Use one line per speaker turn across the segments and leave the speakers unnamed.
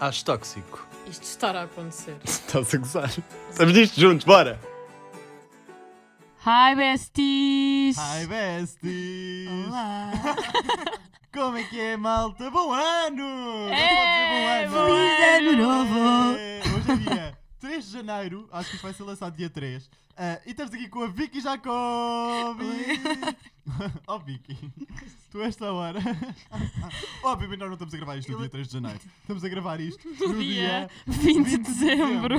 Acho tóxico.
Isto estará a acontecer.
Estás a gozar. Estamos nisto juntos, bora!
Hi, besties!
Hi besties!
Olá!
Como é que é, malta? Bom ano!
É,
Não
bom
pode dizer
ano novo!
É, Hoje é dia 3 de janeiro, acho que isto vai ser lançado dia 3. Ah, e estamos aqui com a Vicky Jacob! oh Vicky, tu esta hora. Obviamente nós não estamos a gravar isto no dia 3 de janeiro. Estamos a gravar isto no,
Dia 20 de dezembro.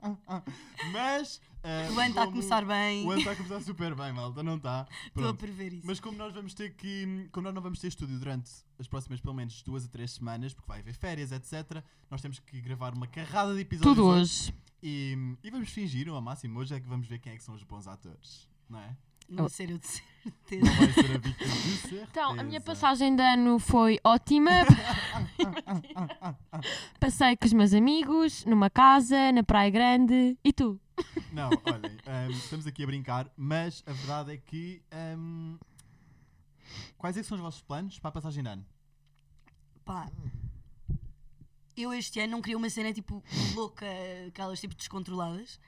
Mas. ah,
O ano está a
como-
começar bem.
O ano está a começar super bem, malta, não está?
Estou a
Pronto.
prever isso.
Mas como nós vamos ter que. Como nós não vamos ter estúdio durante as próximas pelo menos duas a três semanas, porque vai haver férias, etc., nós temos que gravar uma carrada de episódios.
Tudo hoje.
E, e vamos fingir, ao máximo, hoje é que vamos ver quem é que são os bons atores, não é?
Não
Eu-
vai ser eu de certeza.
Não vai ser a Vicky de certeza.
Então, a minha passagem de ano foi ótima. Passei com os meus amigos, numa casa, na Praia Grande. E tu?
Não, olhem, ahm, estamos aqui a brincar, mas a verdade é que. ahm, quais é que são os vossos planos para a passagem de ano?
Pá. Eu este ano não queria uma cena tipo louca, aquelas tipo descontroladas.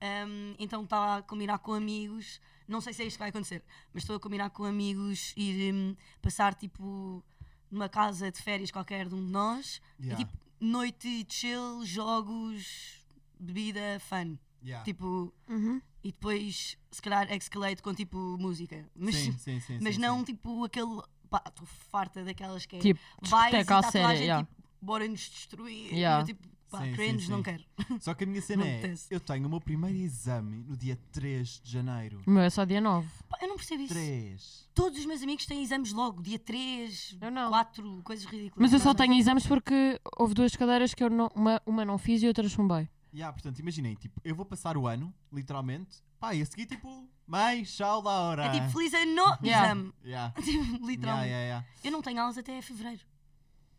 Ahm, então estava a combinar com amigos. Não sei se é isto que vai acontecer, mas estou a combinar com amigos ir hum, passar tipo numa casa de férias qualquer de um de nós.
Yeah.
E tipo, noite de chill, jogos, bebida, fun.
Yeah.
Tipo,
Uhum.
e depois se calhar escalate com tipo música. Mas
sim, sim, sim.
mas
sim,
não
sim.
tipo aquele. Pá, estou farta daquelas que é.
Tipo,
vais e
discoteca à
tatuagem,
séria, yeah.
tipo, bora nos destruir.
Yeah.
E eu, tipo, pá,
Sim, sim,
cringe,
sim.
não quero.
Só que a minha cena
Não
é:
apetece.
eu tenho o meu primeiro exame no dia 3 de janeiro.
O meu é só dia 9.
Pá, eu não percebo isso.
3.
Todos os meus amigos têm exames logo, dia 3,
Eu não.
4, coisas ridículas.
Mas eu só
Não sei.
tenho exames porque houve duas cadeiras que eu não, uma, uma não fiz e outra chumbei.
Yeah, portanto, imaginem, tipo, eu vou passar o ano, literalmente, pá, e a seguir, tipo, mãe, tchau, Laura.
É tipo, feliz ano novo,
Yeah.
exame.
Yeah.
Tipo, literalmente.
Ah. Yeah, yeah, yeah.
Eu não tenho aulas até fevereiro.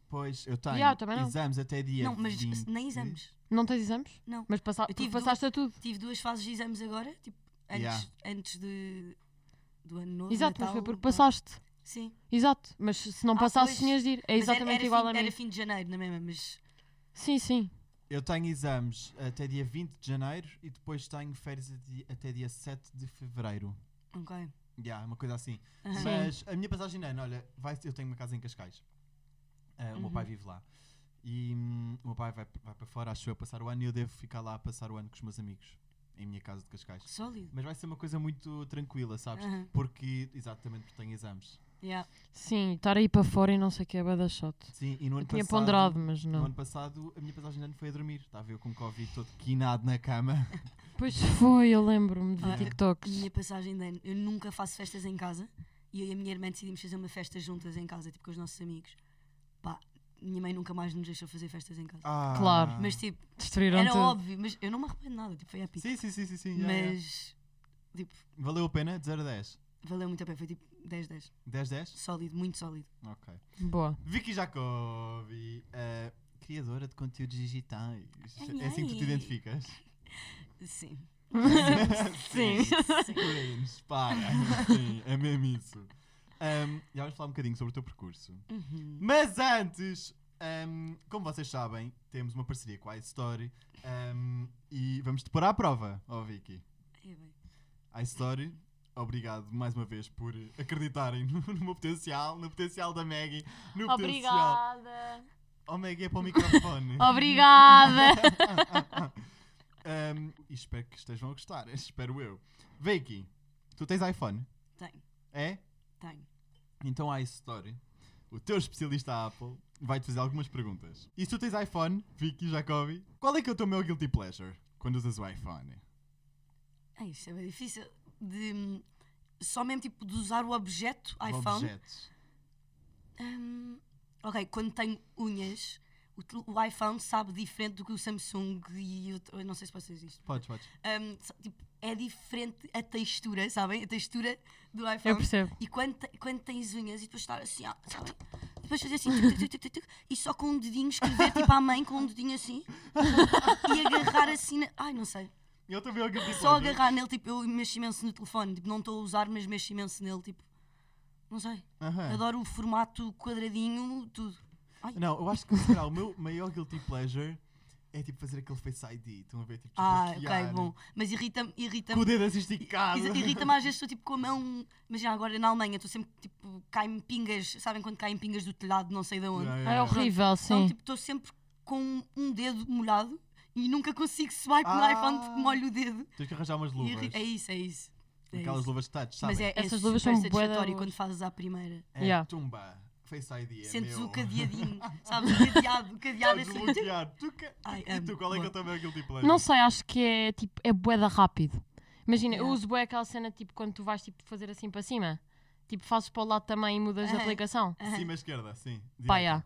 Pois, eu tenho
Yeah, eu também não.
exames até dia
não, mas
20.
nem exames.
Não tens exames?
Não.
Mas passa,
Eu tive
tu passaste a tudo.
Tive duas fases de exames agora, tipo, antes,
Yeah.
antes de, do ano novo.
Exato, mas
Natal,
foi porque
pá.
passaste.
Sim.
Exato, mas se não
Ah,
passasses,
pois.
tinhas de ir. É
Mas era-
exatamente
era
igual
fim,
a mim.
Era fim de janeiro, na mesma, mas.
Sim, sim.
Eu tenho exames até dia 20 de janeiro e depois tenho férias ati- até dia 7 de fevereiro.
Ok.
Yeah, uma coisa assim.
Aham.
Mas a minha passagem de ano, olha, vai, eu tenho uma casa em Cascais. Ah,
Uhum.
O meu pai vive lá. E hum, o meu pai vai, vai para fora, acho eu, passar o ano e eu devo ficar lá a passar o ano com os meus amigos, em minha casa de Cascais.
Sólido.
Mas vai ser uma coisa muito tranquila, sabes?
Uhum.
Aham.
Porque, exatamente, porque tenho exames.
Yeah.
Sim, estar aí para fora e não sei o que é bada shot.
Sim, e no
Eu
ano
tinha
passado.
ponderado, mas
No
não.
ano passado, a minha passagem de ano foi a dormir. Estava eu com Covid todo quinado na cama.
Pois foi, eu lembro-me de
Ah,
TikToks.
Minha passagem de ano. Eu nunca faço festas em casa. E eu e a minha irmã decidimos fazer uma festa juntas em casa, tipo com os nossos amigos. Pá, minha mãe nunca mais nos deixou fazer festas em casa.
Ah.
Claro.
Mas tipo,
Destruíram
era
tudo.
óbvio, mas eu não me arrependo de nada, tipo, foi épico.
Sim, sim, sim, sim. sim yeah, yeah.
mas, tipo,
Valeu a pena? De 0 a 10.
valeu muito a pena, foi tipo 10-10.
10, 10?
Sólido, muito sólido.
Ok.
Boa.
Vicky Jacobi, eh, criadora de conteúdos digitais.
Ai,
é assim que tu te
ai.
identificas?
Sim.
Sim.
Sim, pá, sim, é mesmo isso. Ahm, já vamos falar um bocadinho sobre o teu percurso.
Uhum.
Mas antes, ahm, como vocês sabem, temos uma parceria com a iStory ahm, e vamos-te pôr à prova, ó Vicky.
É bem.
iStory, obrigado mais uma vez por acreditarem no, no meu potencial, no potencial da Maggie, no potencial.
Obrigada.
Ó Maggie, é para o microfone.
Obrigada.
Um, e espero que estejam a gostar, espero eu. Vicky, tu tens iPhone?
Tenho,
É?
tenho.
Então a iStory, o teu especialista Apple, vai-te fazer algumas perguntas. E se tu tens iPhone, Vicky Jacobi, qual é que é o teu meu guilty pleasure quando usas o iPhone?
Ai, isto é bem difícil de. Só mesmo tipo de usar o objeto iPhone.
Objetos.
Hum, ok, quando tenho unhas, o, tel- o iPhone sabe diferente do que o Samsung e eu, eu não sei se vocês isto.
Podes, podes.
Hum, sa- tipo, é diferente a textura, sabem? A textura do iPhone.
Eu percebo.
E quando, te- quando tens unhas e depois estar assim, ah, sabem? Depois fazer assim, tuc, tuc, tuc, tuc, tuc, e só com um dedinho escrever tipo à mãe com um dedinho assim e agarrar assim. Na... Ai, não sei.
Eu também é o guilty
Só
pleasure.
agarrar nele, tipo, eu mexo imenso no telefone, tipo, não estou a usar, mas mexo imenso nele, tipo, não sei.
É.
Aham.
Adoro o formato quadradinho, tudo. Ai.
Não, eu acho que será o meu maior guilty pleasure é tipo fazer aquele Face ID. Estão a ver? Tipo,
Ah, ok,
desbloquear,
bom. Mas irrita-me. Irrita
Com o dedo assim esticado.
Irrita-me às vezes, estou tipo com a mão. Imagina agora na Alemanha, estou sempre tipo. Caem-me pingas. Sabem quando caem pingas do telhado, não sei de onde?
Yeah, yeah,
É
yeah.
horrível,
Então,
sim.
tipo, estou sempre com um dedo molhado e nunca consigo swipe no
Ah.
iPhone porque molho o dedo.
Tens que arranjar umas
E
luvas.
irri- é isso, é isso. É
Aquelas
isso.
luvas de touch, sabem?
Mas é, é
Essas
super
luvas são bué da
satisfatório
boas.
quando fazes à primeira.
É
Yeah.
tumba. Face ID é
Sentes
meu. um
o cadeadinho, sabes? O cadeado, o cadeado
Sabes,
assim.
desbloquear. Tu que-
Ai,
E tu,
amo.
qual é que
Boa.
é o teu maior guilty pleasure?
Não sei, acho que é tipo, é boeda rápido. Imagina, eu
Yeah.
uso bué aquela cena tipo quando tu vais tipo fazer assim para cima. Tipo, fazes para o lado também e mudas de
Aham.
aplicação.
Cima esquerda, sim.
Pá,
direita.
já.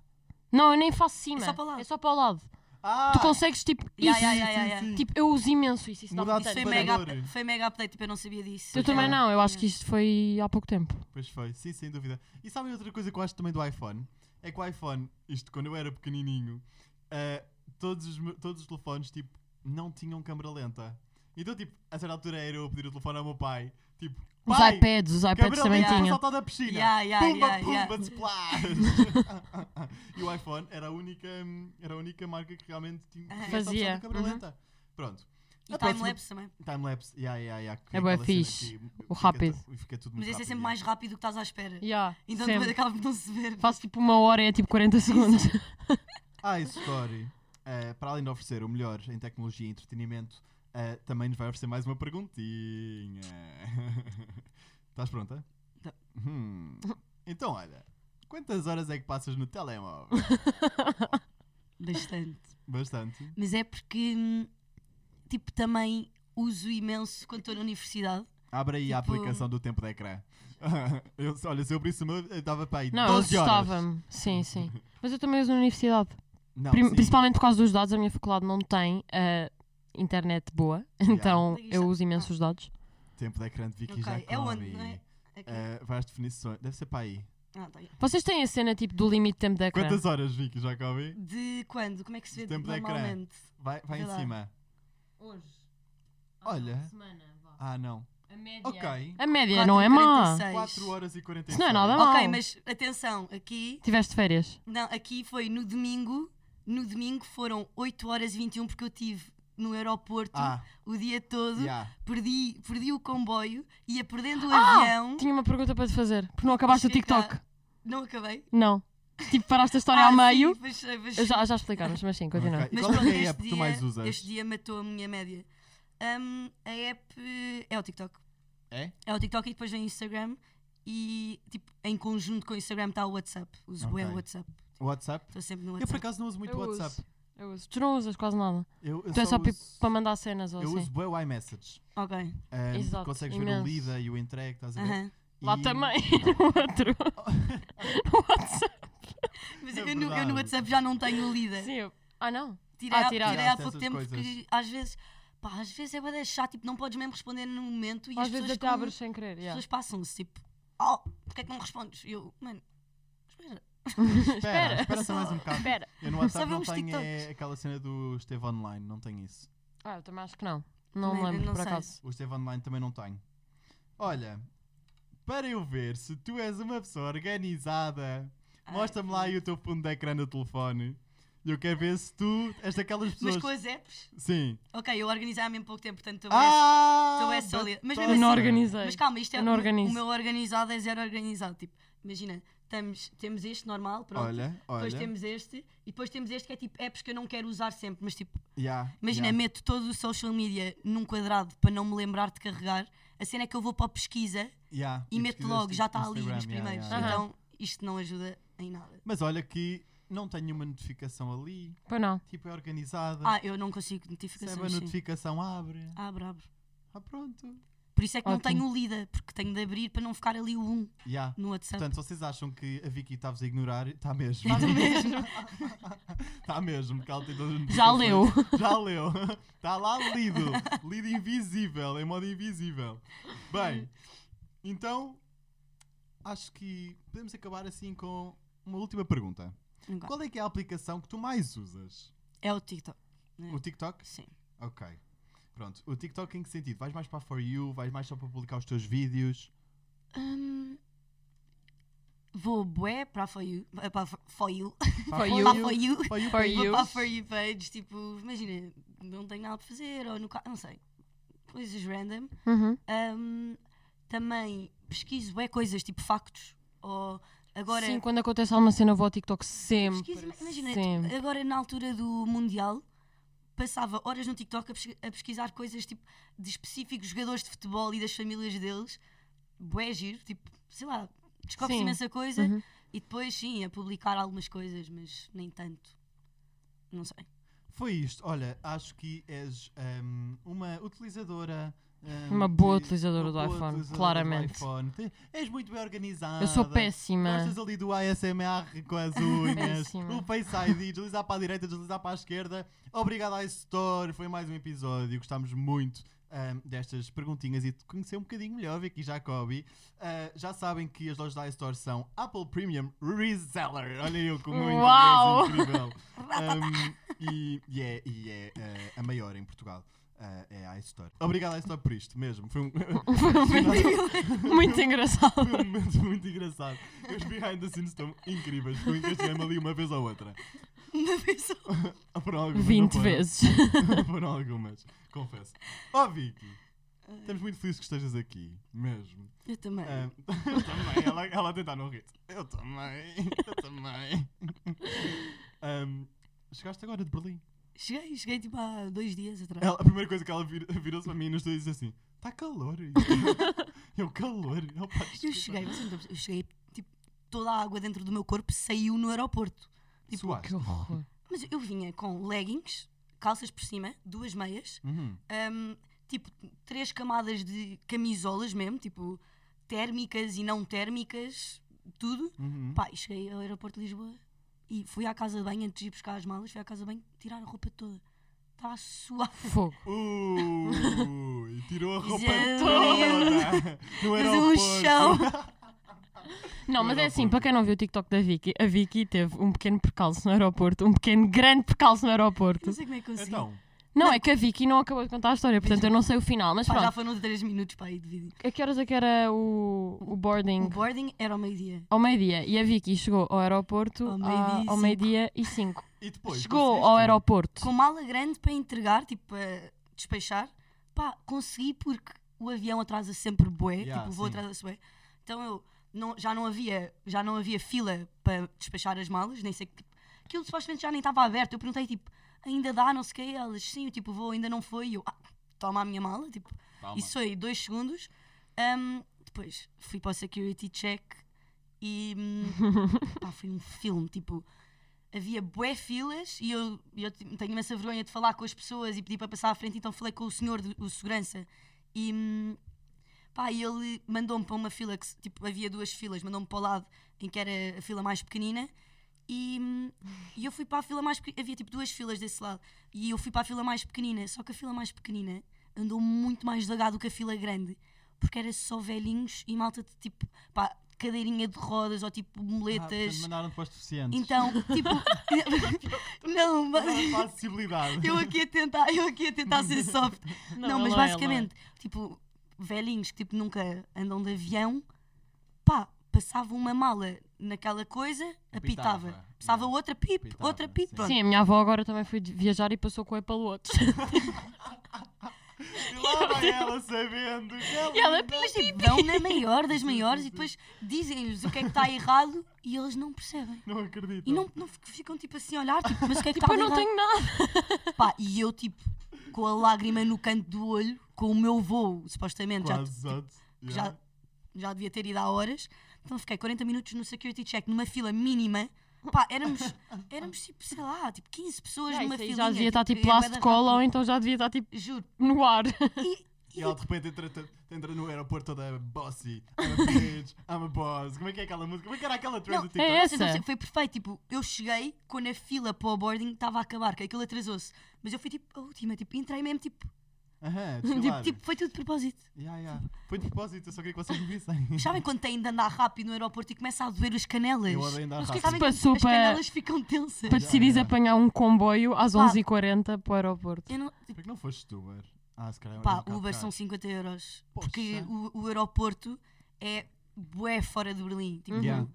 Não, eu nem faço cima.
É só para o lado.
É só para o lado.
Ah,
Tu consegues tipo
Ya,
isso.
ya, ya, ya,
sim,
ya.
sim.
Tipo, eu uso imenso isso. isso dá
Mudar
muito
Isso foi
Sim.
mega,
Sim.
foi mega update, tipo, eu não sabia disso.
Eu
é.
também não, eu acho que isto foi há pouco tempo.
Pois foi, sim, sem dúvida. E sabem outra coisa que eu acho também do iPhone? É que o iPhone, isto quando eu era pequenininho, eh, todos, os, me- todos os telefones, tipo, não tinham câmera lenta. Então, tipo, a certa altura era eu pedir o telefone ao meu pai, tipo,
Os
pai,
iPads, os iPads
câmera
também
lenta, vou
tinham.
saltar da piscina.
Yeah, yeah,
pumba,
yeah, yeah.
pumba, splash. e o iPhone era a única, hum, era a única marca que realmente tinha tinha essa opção
Fazia,
da câmera
uhum.
lenta. Pronto.
E
A próxima-
time-lapse também.
Timelapse, yeah, yeah, yeah. que
É bué
aquela cena
fixe,
que
o
fica
rápido.
tu- fica tudo
Mas
muito
esse é
rápido,
sempre
yeah.
mais rápido do que estás à espera.
Ya,
Então
sempre.
depois acaba por não se ver.
Faço tipo uma hora e é tipo 40 segundos.
A iStory, Ah, eh, para além de oferecer o melhor em tecnologia e entretenimento, eh, também nos vai oferecer mais uma perguntinha. Estás pronta?
Tá.
Hum. Então, olha, quantas horas é que passas no telemóvel?
Bastante.
Bastante.
Mas é porque, hum, tipo, também uso imenso quando estou na universidade.
Abre aí a
Tipo-
aplicação do tempo de ecrã. Eu- olha, se eu abrisse o meu, eu dava para aí
Não, eu
12 horas.
assustava-me. Sim, sim. Mas eu também uso na universidade.
Não,
Prim-
Ah, sim.
principalmente por causa dos dados, a minha faculdade não tem ah, internet boa, então
Preguiça.
eu uso imensos dados.
Tempo de ecrã de Vicky
Ok,
Jacobi.
é onde, não é? Aqui.
Eh, vai às definições. Deve ser para aí.
Ah, tá aí.
Vocês têm a cena tipo do limite de tempo da ecrã?
Quantas horas, Vicky Jacobi?
De quando? Como é que se vê
Tempo de ecrã.
normalmente?
Vai, vai
Vê
em
lá.
cima.
Hoje.
Ah, Olha. não, Ah, não.
A média.
Ok.
A média
4
não
e
é má.
46.
4 horas e 46.
Isso não é nada mal.
Ok, mas atenção, aqui,
Tiveste férias.
não, aqui foi no domingo. No domingo foram 8 horas e 21 porque eu estive no aeroporto
Ah,
o dia todo.
yeah.
Perdi, perdi o comboio, ia perdendo o
Ah!
Hum?
avião.
Tinha uma pergunta para te fazer, porque não acabaste o
Cheguei cá.
TikTok.
Não acabei.
Não. Tipo, paraste a história
Ah,
ao
sim,
meio.
pois sei, pois
Eu
sei.
já, já explicaram, mas sim, continua.
Ok. E
Mas
qual é
pronto,
que é a
este
app que tu
dia-
mais usas?
Este dia matou a minha média. Hum, a app eh, é o TikTok.
É?
É o TikTok e depois vem o Instagram. E tipo, em conjunto com o Instagram está o WhatsApp. Uso bem
Ok.
o WhatsApp.
WhatsApp?
Estou sempre no
Eu por
WhatsApp.
acaso não uso muito
Eu
WhatsApp.
uso. Eu uso. Tu não usas quase nada.
Eu, eu
Tu é só pi-
uso,
para mandar cenas ou
Eu
assim.
uso bué o iMessage.
Ok.
Ahm,
Exato,
consegues ver
imenso.
o lida e o entregue, estás a ver?
aham.
Lá
E-
também, no outro. no WhatsApp.
Mas
É
eu, no, eu
verdade.
no WhatsApp já não tenho o líder.
Sim, eu- Ah, não?
Tirei,
Ah,
há-
tiraste.
tirei há
Essas
pouco tempo
coisas.
porque às vezes. Pá, às vezes é para deixar, tipo, não podes mesmo responder no momento e
Às
as
vezes
pessoas,
até
ficam-
abres sem querer.
as
yeah.
pessoas passam-se, tipo, oh, porque é que não respondes? E eu, mano, espera.
Espera, espera só
Só-
mais um bocado.
Espera.
Eu no
Só
WhatsApp
ver
não
uns
tenho é,
TikToks.
aquela cena do Esteve Online, não tenho isso.
Ah, eu também acho que não. Não me
Também,
lembro,
não
por
sei.
acaso.
O Esteve Online também não tenho. Olha, para eu ver se tu és uma pessoa organizada,
Ai,
mostra-me lá aí o teu fundo de ecrã do telefone. E eu quero ver se tu és daquelas pessoas.
Mas com as apps?
Sim.
Ok, eu organizei há mesmo pouco tempo, portanto estou bem-
Ah!
então é sólido. Mas mesmo
Eu não
assim-
organizei.
Mas calma, isto é
Eu não
o-
organizo.
o meu organizado é zero organizado. Tipo, imagina, estamos, temos este normal, pronto.
Olha, olha.
Depois temos este e depois temos este que é tipo apps que eu não quero usar sempre, mas tipo,
Yeah,
imagina,
yeah.
meto todo o social media num quadrado para não me lembrar de carregar. A cena é que eu vou para a pesquisa
Yeah,
e, meto
pesquisas
logo,
tipo
já está ali
Instagram,
nos
yeah,
primeiros.
yeah, yeah. Uhum.
Então isto não ajuda em nada.
Mas olha que não tenho uma notificação ali.
Pois não.
Tipo, é organizada.
Ah, eu não consigo
Recebe
notificações.
a
sim.
notificação, abre.
Ah, bravo.
Ah, pronto.
Por isso é que
Ótimo.
não tenho o LIDA, porque tenho de abrir para não ficar ali o 1
Yeah.
no WhatsApp.
Portanto, vocês acham que a Vicky está-vos a ignorar? Está mesmo.
Tá mesmo.
Está mesmo, porque ela tem todas as
Já
notificações.
leu.
Já leu. Está lá lido. Lido invisível, em modo invisível. Bem, então acho que podemos acabar assim com uma última pergunta.
Agora.
Qual é que é a aplicação que tu mais usas?
É o TikTok.
O TikTok?
Sim.
Ok. Pronto. O TikTok em que sentido? Vais mais para a For You? Vais mais só para publicar os teus vídeos?
Hum, Vou bué para a For You. eh, Para a For- For You.
Pá,
you.
Para a For You.
pá, you,
For
pá,
you.
Vou
Ah,
para a For You page. Tipo, imagina, não tenho nada para fazer. Ou no carro, não sei. Coisas random.
Uhum.
Ahm, também pesquiso bué coisas, tipo factos. Ou agora.
Sim, quando acontece alguma cena eu vou ao TikTok sempre.
Pesquisa, imagina,
sempre.
tipo, agora na altura do Mundial, passava horas no TikTok a, pesqui- a pesquisar coisas tipo, de específicos jogadores de futebol e das famílias deles. Bué giro, tipo, sei lá, descobre-se
Sim.
imensa coisa
Uhum.
e depois, sim, a publicar algumas coisas, mas nem tanto. Não sei.
Foi isto. Olha, acho que és ahm, uma utilizadora. ahm,
Uma boa
de-
utilizadora
uma
do iPhone,
utilizadora do
claramente.
iPhone. Te- és muito Ah, bem organizada.
Eu sou péssima.
Gostas ali do ASMR com as unhas,
Péssima.
o Face ID, deslizar para a direita, deslizar para a esquerda. Obrigado à iStore, foi mais um episódio. Gostámos muito ahm, destas perguntinhas e de te conhecer um bocadinho melhor, Vicky Jacobi. Ah, já sabem que as lojas da iStore são Apple Premium Reseller. Olha eu com muito
Uau!
é incrível. Um, e, e é, e é, eh, a maior em Portugal. Eh, é a iStore. Obrigado à iStore por isto mesmo. Foi um,
Foi um momento muito engraçado.
foi um momento muito engraçado. Os behind the scenes estão incríveis. Eu engasguei-me ali uma vez ou outra. Ah,
Uma vez só.
Por algumas, não
20
foram.
vezes.
Foram algumas, confesso. Ó Vicky, estamos muito felizes que estejas aqui, mesmo.
Eu também.
Ah, eu também, ela, ela a tentar não rir. Eu também, eu também. Ahm, chegaste agora de Berlim.
Cheguei, cheguei tipo há dois dias atrás.
Ela- a primeira coisa que ela vir- virou-se para mim nos dois e disse assim: está calor. E Eu, calor. Eu, pá,
Eu
desculpa."
cheguei, vocês não estão a perceber, eu cheguei, tipo, toda a água dentro do meu corpo saiu no aeroporto. Tipo,
Suaste.
que horror.
Mas eu vinha com leggings, calças por cima, duas meias,
Uhum.
hum, tipo três camadas de camisolas mesmo, tipo térmicas e não térmicas, tudo.
Uhum.
Pá, e cheguei ao aeroporto de Lisboa e fui à casa de banho antes de ir buscar as malas, fui à casa de banho tirar a roupa toda. Estava a suar.
Fogo.
Ui, Uh, tirou a roupa
Jesus.
toda no
Mas um
aeroporto.
chão.
Não, mas é assim,
aeroporto.
para quem não viu o TikTok da Vicky, a Vicky teve um pequeno percalço no aeroporto, um pequeno grande percalço no aeroporto.
Não sei como é que consegui.
Então,
Não, é que a Vicky não acabou de contar a história, portanto eu não sei o final, mas
Pá, já
pronto.
foram três minutos para aí de vídeo.
A que horas é que era o, o boarding?
O boarding era ao meio-dia.
Ao meio-dia. E a Vicky chegou ao aeroporto ah,
Ao
ao
meio-dia e
meio-dia
cinco.
e 5.
e depois?
Chegou
conseguiste?
ao aeroporto.
Com mala grande para entregar, tipo, para despechar. Pá, consegui porque o avião atrasa sempre bué,
Yeah,
tipo, o voo
sim.
atrasa-se bué. Então eu não- já, não havia, já não havia fila para despachar as malas, nem sei que tipo, aquilo supostamente já nem estava aberto. Eu perguntei, tipo, ainda dá, não sei o que, elas, sim, tipo, o voo ainda não foi. E eu, ah, toma a minha mala, tipo,
Calma.
isso foi dois segundos. Ahm, depois fui para o security check e hum, pá, foi um filme. Tipo, havia bué filas e eu, eu ti- tenho imensa vergonha de falar com as pessoas e pedir para passar à frente, então falei com o senhor, do, o segurança, e hum, pá, e ele mandou-me para uma fila que se- tipo, havia duas filas, mandou-me para o lado em que era a fila mais pequenina. E, hum, e eu fui para a fila mais pequenina. Havia tipo duas filas desse lado. E eu fui para a fila mais pequenina. Só que a fila mais pequenina andou muito mais devagar do que a fila grande. Porque era só velhinhos e malta de tipo pá, cadeirinha de rodas ou tipo
Ah, portanto,
moletas.
mandaram-te para os deficientes.
então, tipo. não,
Mandaram-te
mas.
para a acessibilidade.
Eu aqui a tentar, eu aqui a tentar ser soft. Não,
ela
mas
é, ela é.
basicamente, tipo, velhinhos que tipo, nunca andam de avião, pá, passava uma mala naquela coisa, apitava.
Apitava,
Passava
yeah.
outra pip,
Apitava,
outra pip,
sim.
pronto.
Sim, a minha avó agora também foi de- viajar e passou com o Apple Watch.
E lá vai ela sabendo. que ela-
E ela é
Mas tipo, dão na maior das maiores e depois dizem-lhes o que é que está errado e eles não percebem.
Não acredito.
E não, não fi- ficam tipo assim a olhar, tipo, mas o que é que está
Tipo, eu não
errado?
tenho nada.
Pá, e eu tipo, com a lágrima no canto do olho, com o meu voo, supostamente, já,
Quase, exato.
já-
Yeah.
já devia ter ido há horas. Então fiquei 40 minutos no security check, numa fila mínima. Pá, éramos, éramos tipo, sei lá, tipo 15 pessoas
Ah,
numa é
isso aí
fila.
já devia estar tipo lá de cola ou então já devia estar tipo
Juro.
no ar.
Então,
E ela de repente entra, entra no aeroporto toda bossy, I'm a bitch, I'm a boss. Como é que é aquela música? Como é que era aquela trend
Não,
do TikTok?
é essa.
Então, assim, foi perfeito. Tipo, eu cheguei quando a fila para o boarding estava a acabar, que aquilo atrasou-se. Mas eu fui tipo a última, tipo, entrei mesmo, tipo,
Aham,
tipo,
desfilado.
tipo, foi tudo de propósito.
Yeah, yeah. Foi de propósito, eu só queria que vocês me vissem.
Sabem quando têm de andar rápido no aeroporto e começa a doer as canelas?
Eu odeio andar
Mas o que é que
rápido.
Sabem
Se passou
as
para-
canelas ficam tensas.
Para decidir
já.
apanhar um comboio às
Pá.
11h40 para o aeroporto.
Eu não-
Por Tipo, é que não foste Uber? Ah, se calhar era um
Pá,
bocado
Uber
caro.
são 50 euros.
Poxa.
Porque o, o aeroporto é bué fora de Berlim. Tipo,
Uhum. Yeah.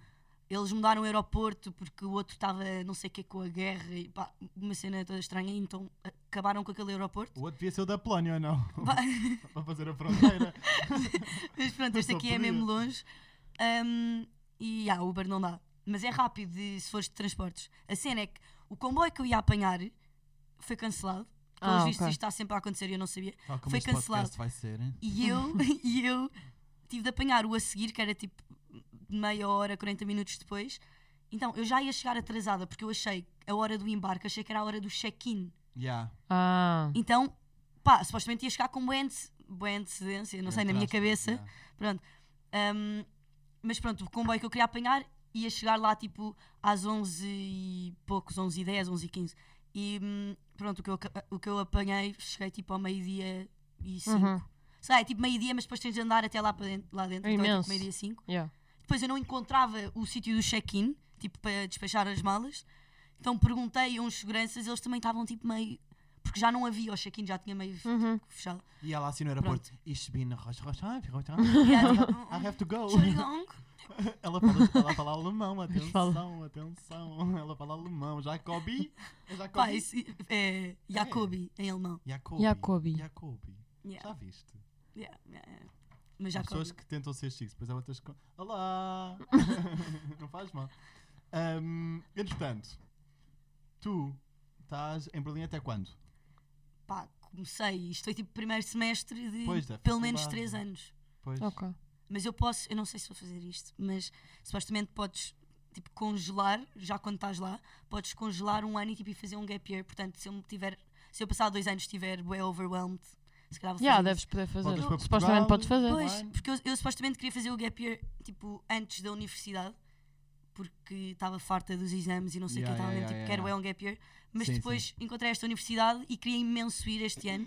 Eles mudaram o aeroporto porque o outro estava não sei o que com a guerra e pá, uma cena toda estranha, então acabaram com aquele aeroporto.
O outro devia ser o da Polónia ou não?
Pá,
Para fazer a fronteira.
Mas pronto, este
Só
aqui é
podia.
mesmo longe. Ahm, e ah, Uber não dá. Mas é rápido e se fores de transportes. A cena é que o comboio que eu ia apanhar foi cancelado. Pelos
Ah,
vistos,
ok.
isto está sempre a acontecer e eu não sabia.
Tal como
Foi
este podcast
cancelado.
vai ser. hein?
E eu, e eu tive de apanhar o a seguir, que era tipo meia hora, 40 minutos depois. Então, eu já ia chegar atrasada, porque eu achei a hora do embarque, achei que era a hora do check-in.
Yeah.
Ah,
Então, pá, supostamente ia chegar com boa, ante- boa antecedência, não sei, na minha
Entraste,
cabeça.
yeah.
Pronto. Ahm, mas pronto, o comboio que eu queria apanhar ia chegar lá tipo às 11 e poucos, 11 e 10, 11 e 15. E hum, pronto, o que eu, aca- o que eu apanhei, cheguei tipo ao meio-dia e 5.
Uhum.
Sei lá, é tipo meio-dia, mas depois tens de andar até lá, para dentro, lá dentro.
É
então é
imenso.
tipo meio-dia 5.
yeah.
Depois eu não encontrava o sítio do check-in, tipo para despachar as malas. Então perguntei a uns seguranças, eles também estavam tipo meio. Porque já não havia o check-in, já tinha meio
Uhum.
fechado.
E ela assim no aeroporto. Ich bin Rosh Rosh. ah, bin Rosh-
E
ah,
era, tipo,
I have to go.
"Entschuldigung."
Ela fala, ela fala alemão, atenção,
fala.
atenção. Ela fala alemão. Jacobi? É Jacobi?
Pá, isso é Jacobi em alemão.
Jacobi.
Jacobi.
Jacobi.
Yeah,
Já viste?
yeah, yeah, yeah. Mas
Há
Jacobi.
pessoas que tentam ser chiques, depois há outras que. Olá! Não faz mal. Ahm, entretanto, tu estás em Berlim até quando?
Pá, comecei. Isto foi tipo primeiro semestre de
Pois, da
pelo menos
faculdade.
3 anos.
Pois.
Ok.
Mas eu posso, eu não sei se vou fazer isto, mas supostamente podes tipo, congelar, já quando estás lá, podes congelar um ano e, tipo, e fazer um gap year. Portanto, se eu me tiver, se eu passar dois anos estiver bem overwhelmed, se calhar vou
Yeah,
fazer
deves poder fazer.
Voltas para
Supostamente
Portugal.
podes fazer.
Pois,
Online.
porque eu, eu supostamente queria fazer o gap year tipo, antes da universidade, porque estava farta dos exames e não sei
Yeah,
o que, eu estava
yeah,
mesmo
yeah,
tipo, quero
yeah.
é um gap year. Mas
Sim,
depois encontrei esta universidade e queria imenso ir este ano,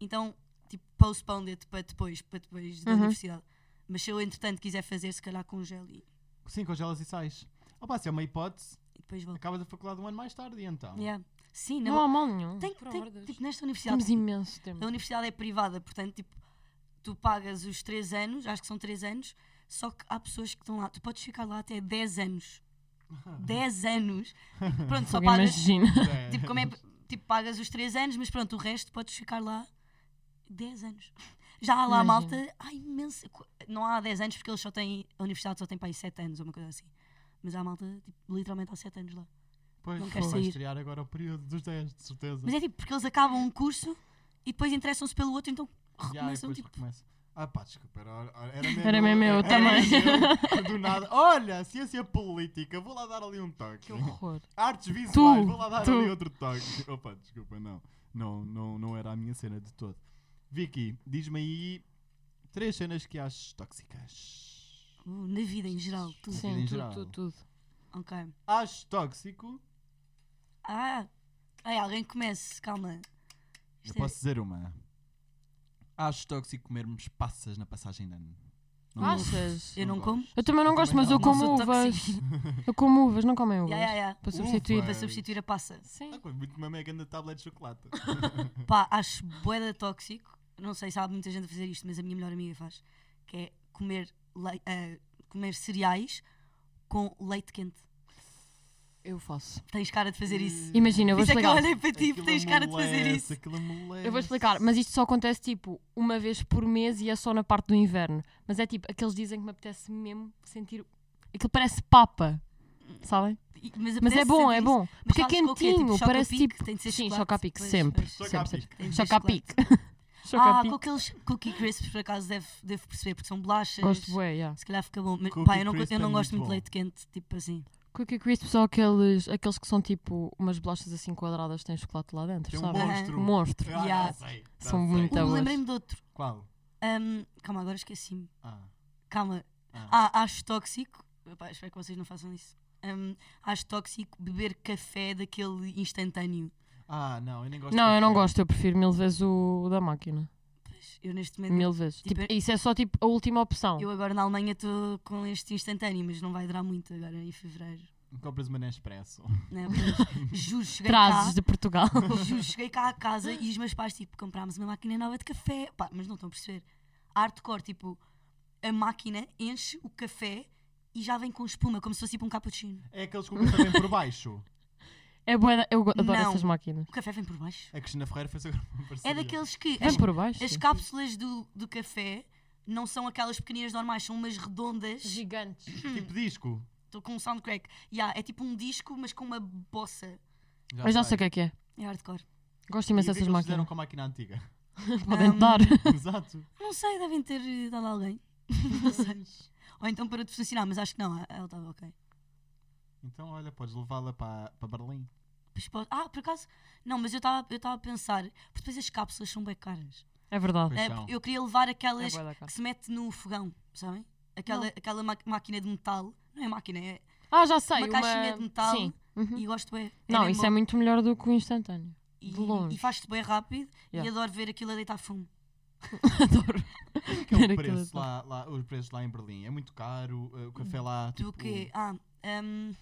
então tipo, postponed it para depois, para depois da
Uhum.
universidade. Mas se eu entretanto quiser fazer, se calhar congelo e,
Sim, congelas e sais. Opa, se é uma hipótese,
e depois volto.
acabas a faculdade um ano mais tarde, e então.
Yeah. Sim,
Não
não.
há mal nenhum.
tem,
por
tem-
amor de Deus.
tipo, nesta universidade.
Temos imenso tempo.
A universidade é privada, portanto, tipo, tu pagas os 3 anos, acho que são 3 anos, só que há pessoas que estão lá, tu podes ficar lá até 10 anos. 10 anos. Pronto, só
Fogo,
pagas.
Imagina.
É.
Tipo, como é, tipo, pagas os 3 anos, mas pronto, o resto podes ficar lá 10 anos. Já há lá a
Imagina.
malta, há imensa. co- Não há 10 anos porque eles só têm. A universidade só tem para aí 7 anos ou uma coisa assim. Mas há malta, tipo, literalmente há 7 anos lá.
Pois,
não quero
vai
sair.
estrear agora o período dos 10, de certeza.
Mas é tipo, porque eles acabam um curso e depois interessam-se pelo outro, então
E aí,
recomeçam,
depois
tipo.
recomeça. Ah pá, desculpa, era, era mesmo,
Era mesmo eu também.
mesmo eu, do nada. Olha, ciência política, vou lá dar ali um toque.
Que horror.
Artes visuais,
Tu,
vou lá dar
tu.
ali outro toque. Opa, desculpa, não. Não, não, não era a minha cena de todo. Vicky, diz-me aí três cenas que achas tóxicas.
Uh, na vida em geral, tudo.
vida em
Sim,
geral.
tudo, tudo, tudo.
Ok.
Acho tóxico.
Ah, ai, alguém comece, calma.
Eu
Isto é-
posso dizer uma. Acho tóxico comermos passas na passagem de ano. Não gosto.
Achas?
Eu não como.
gosto.
Eu também não
Eu
gosto,
também
mas eu
não. Não
como
sou
uvas. Eu como uvas, não comem uvas.
Ya, ya, ya.
Para substituir.
Uva.
Para substituir a passa.
Sim.
Ah, Muito uma mega na tablet de chocolate.
Pá, acho boeda tóxico. Não sei se há muita gente a fazer isto, mas a minha melhor amiga faz. Que é comer, lei- ah, comer cereais com leite quente.
Eu faço.
Tens cara de fazer isso.
Imagina, Hum. eu vou
Por isso é que eu
explicar.
olhei para ti, porque
Aquilo é
tens cara de fazer
amolece,
isso.
aquilo amolece.
Eu vou explicar, mas isto só acontece tipo uma vez por mês e é só na parte do inverno. Mas é tipo, aqueles dizem que me apetece mesmo sentir. Aquilo parece papa, sabem?
E- Mas,
Mas
apetece
é bom,
fazer
é
isso.
bom.
Mas
Porque é
sabes com o quê?
quentinho,
Tipo,
parece
choca-pique,
tipo.
tem de ser
sim,
chocolate.
choca-pique,
Pois,
sempre.
pois.
Choca-pique.
sempre, sempre.
Tem de ser
Choca-pique.
Ah, com
Choca-pique.
aqueles cookie crisps, por acaso, devo, devo perceber, porque são bolachas.
Gosto bué, yeah.
Se calhar fica bom. Mas,
Cookie
pá, eu não,
crisp
eu não
é
gosto
muito bom.
muito de leite quente, tipo assim.
Cookie Crisp são aqueles, aqueles que são tipo umas bolachas assim quadradas que têm chocolate lá dentro,
Tem um
sabe?
monstro.
Monstro.
Ah,
Yeah.
já sei, já
São
sei.
muito
Uh,
boas.
Lembrei-me de outro.
Qual?
Ahm, calma, agora esqueci-me.
Ah,
Calma.
ah.
Ah, acho tóxico. Epá, espero que vocês não façam isso. Ahm, acho tóxico beber café daquele instantâneo.
Ah, não, eu nem gosto.
Não,
de
eu não
café.
gosto, eu prefiro mil vezes o da máquina.
Pois, Eu neste momento.
Mil vezes.
Tipo,
Tipo, isso é só tipo a última opção.
Eu agora na Alemanha estou com este instantâneo, mas não vai durar muito agora em fevereiro.
Compras uma Nespresso.
Não é? Mas, juro, cheguei
Trazes de Portugal.
cá. Juro, cheguei cá a casa e os meus pais, tipo, comprámos uma máquina nova de café. Pá, mas não estão a perceber. Hardcore, tipo, a máquina enche o café. e e já vem com espuma, como se fosse tipo um cappuccino.
É aqueles com o café vem por baixo.
É boa, da- eu go- adoro
Não.
essas máquinas.
O café vem por baixo.
A Cristina Ferreira fez agora uma
É
parceria.
daqueles que.
Vem por baixo.
As cápsulas do, do café não são aquelas pequeninas normais, são umas redondas.
Gigantes.
Tipo disco.
Estou com um sound crack. Yeah, é tipo um disco, mas com uma bossa.
Mas já sei o que é que é.
É hardcore.
Gosto
Mas
imenso
essas
dessas
máquinas. fizeram
máquinas.
com a máquina antiga.
Podem
Hum.
dar.
Exato.
Não sei, devem ter eh, dado a alguém. não sei. Ou então para de funcionar, mas acho que não, ela estava ok.
Então, olha, podes levá-la para, para Berlim.
Pois pode- Ah, por acaso. Não, mas eu estava eu estava a pensar, porque depois as cápsulas são bem caras.
É verdade.
Pois
É,
são.
porque eu queria levar
É
aquelas
bué da cara.
que se mete no fogão, sabem? Aquela, aquela ma- máquina de metal. Não é máquina, é.
Ah, já sei.
Uma caixinha de metal.
Sim. Uhum.
E gosto é.
Não,
mesmo
isso
bom.
é muito melhor do que o instantâneo.
E,
de longe.
e faz-te bem rápido
Yeah.
e adoro ver aquilo a deitar fumo.
Adoro.
Que
Era
é o
aquilo
preço
então. Hum.
lá, lá, o preço lá em Berlim. É muito caro, eh, o café lá.
Do
Tipo,
que. Ah, hum,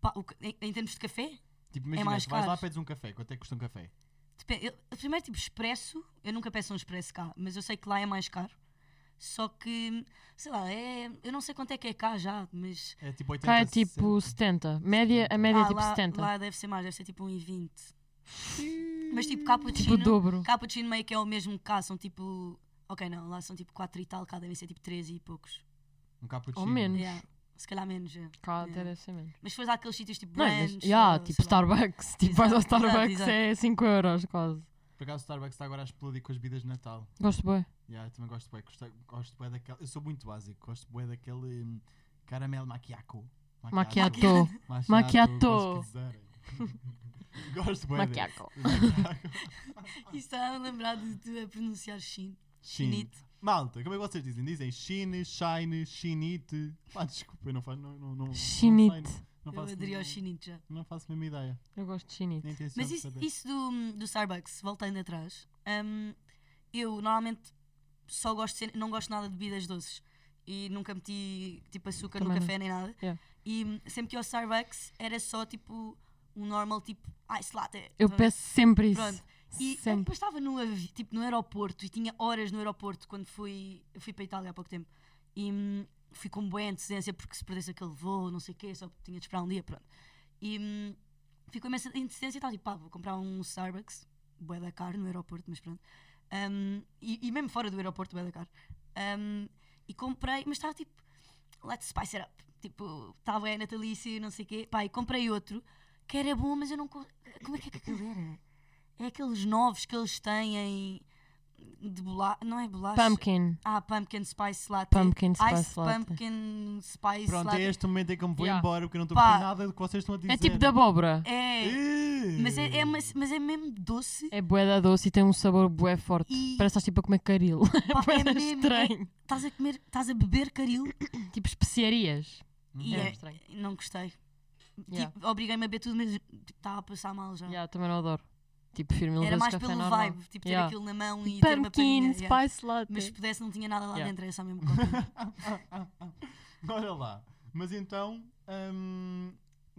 pá, o ca- em, em termos de café?
tipo
É
imagina,
mais
tu vais lá,
caro.
pedes um café. Quanto é que custa um café?
Depen- eu- eu primeiro, tipo, expresso. Eu nunca peço um expresso cá, mas eu sei que lá é mais caro. Só que, sei lá, é, eu não sei quanto é que é cá já, mas.
É tipo 80
Cá é tipo 70. Média, a média é
ah,
tipo
lá,
70.
lá deve ser mais, deve ser tipo 1,20. Mas tipo, cappuccino.
Tipo o dobro.
Cappuccino meio que é o mesmo que cá, são tipo. Ok, não, lá são tipo 4 e tal, cá devem ser tipo 3 e poucos.
Um
Ou
cappuccino.
menos.
Yeah, Se calhar menos. é.
Cá
Yeah.
até deve ser menos.
Mas se fores àqueles sítios tipo
Não, mas,
brunch,
yeah,
ou
tipo
sei lá.
Starbucks. Tipo, vais ao
Exato, exato,
Starbucks
exato.
é 5 euros quase.
Por acaso o Starbucks está agora a explodir com as bebidas de Natal.
Gosto bem.
Yeah, eu também gosto bué, gosto, gosto bué daquele. Eu sou muito básico, gosto bué daquele hum, caramelo macchiato.
Macchiato.
Macchiato.
Macchiato.
como se quiserem. gosto bué desse.
Macchiato.
E está a lembrar de, de a pronunciar chin.
Chine.
Chinito.
Malta, como é que vocês dizem? Dizem chine, shine, chinite. Pá, desculpa, eu não faço. Não, não, não, não sei,
Chinite.
Não,
Eu
faço,
aderi ao chinito já.
não faço a mesma ideia.
Eu gosto de chinito.
Nem tenho
Mas
de
isso,
saber.
isso do, do Starbucks, voltando atrás, hum, eu normalmente só gosto de ser- não gosto nada de bebidas doces e nunca meti tipo açúcar
Também
no
não.
café nem nada.
Yeah.
E hum, sempre que ia ao Starbucks era só tipo um normal tipo ice latte.
Eu
Estão a ver?
peço sempre isso.
Pronto. E eu
Sempre.
depois estava no, avi- tipo, no aeroporto e tinha horas no aeroporto quando fui, eu fui para a Itália há pouco tempo. E hum, fui com boa antecedência porque se perdesse aquele voo, não sei o quê, só tinha de esperar um dia, pronto. E hum, fui com imensa antecedência e tal, tipo, pá, vou comprar um Starbucks, bué da caro no aeroporto, mas pronto. Hum, e, e mesmo fora do aeroporto, bué da caro. Hum, e comprei, mas estava tipo, let's spice it up. Tipo, estava é natalício, não sei o quê. Pá, e comprei outro que era bom, mas eu não. co- Como é que é que aquele era? É aqueles novos que eles têm em. de bolacha. Não é bolacha?
Pumpkin.
Ah, Pumpkin Spice Latte.
Pumpkin
Ice
spice latte.
Pumpkin Spice
Pronto,
Latte.
é este momento em que eu me vou
Yeah.
embora porque eu não estou a
Pá.
perceber nada do que vocês estão a dizer.
É tipo de abóbora.
É.
Ih.
Mas é, é uma- mas é mesmo doce.
É bué da doce e tem um sabor bué forte.
E-
Parece que estás tipo a comer caril.
Pá,
bué
é
da
mesmo-
estranho.
Estás a comer, estás a beber caril
Tipo especiarias.
e
É
é-
estranho.
não gostei.
Yeah.
Tipo, obriguei-me a beber tudo, mas tipo, estava a passar mal já.
Yeah, também não adoro. Tipo, firme mil
Era
vezes
mais
café
pelo
normal.
vibe, tipo, ter
Yeah.
aquilo na mão e ter uma
Pumpkin
paninha. yeah.
spice latte.
Mas se pudesse, não tinha nada lá
Yeah.
dentro, era só mesmo copo.
Olha lá. Mas então, hum,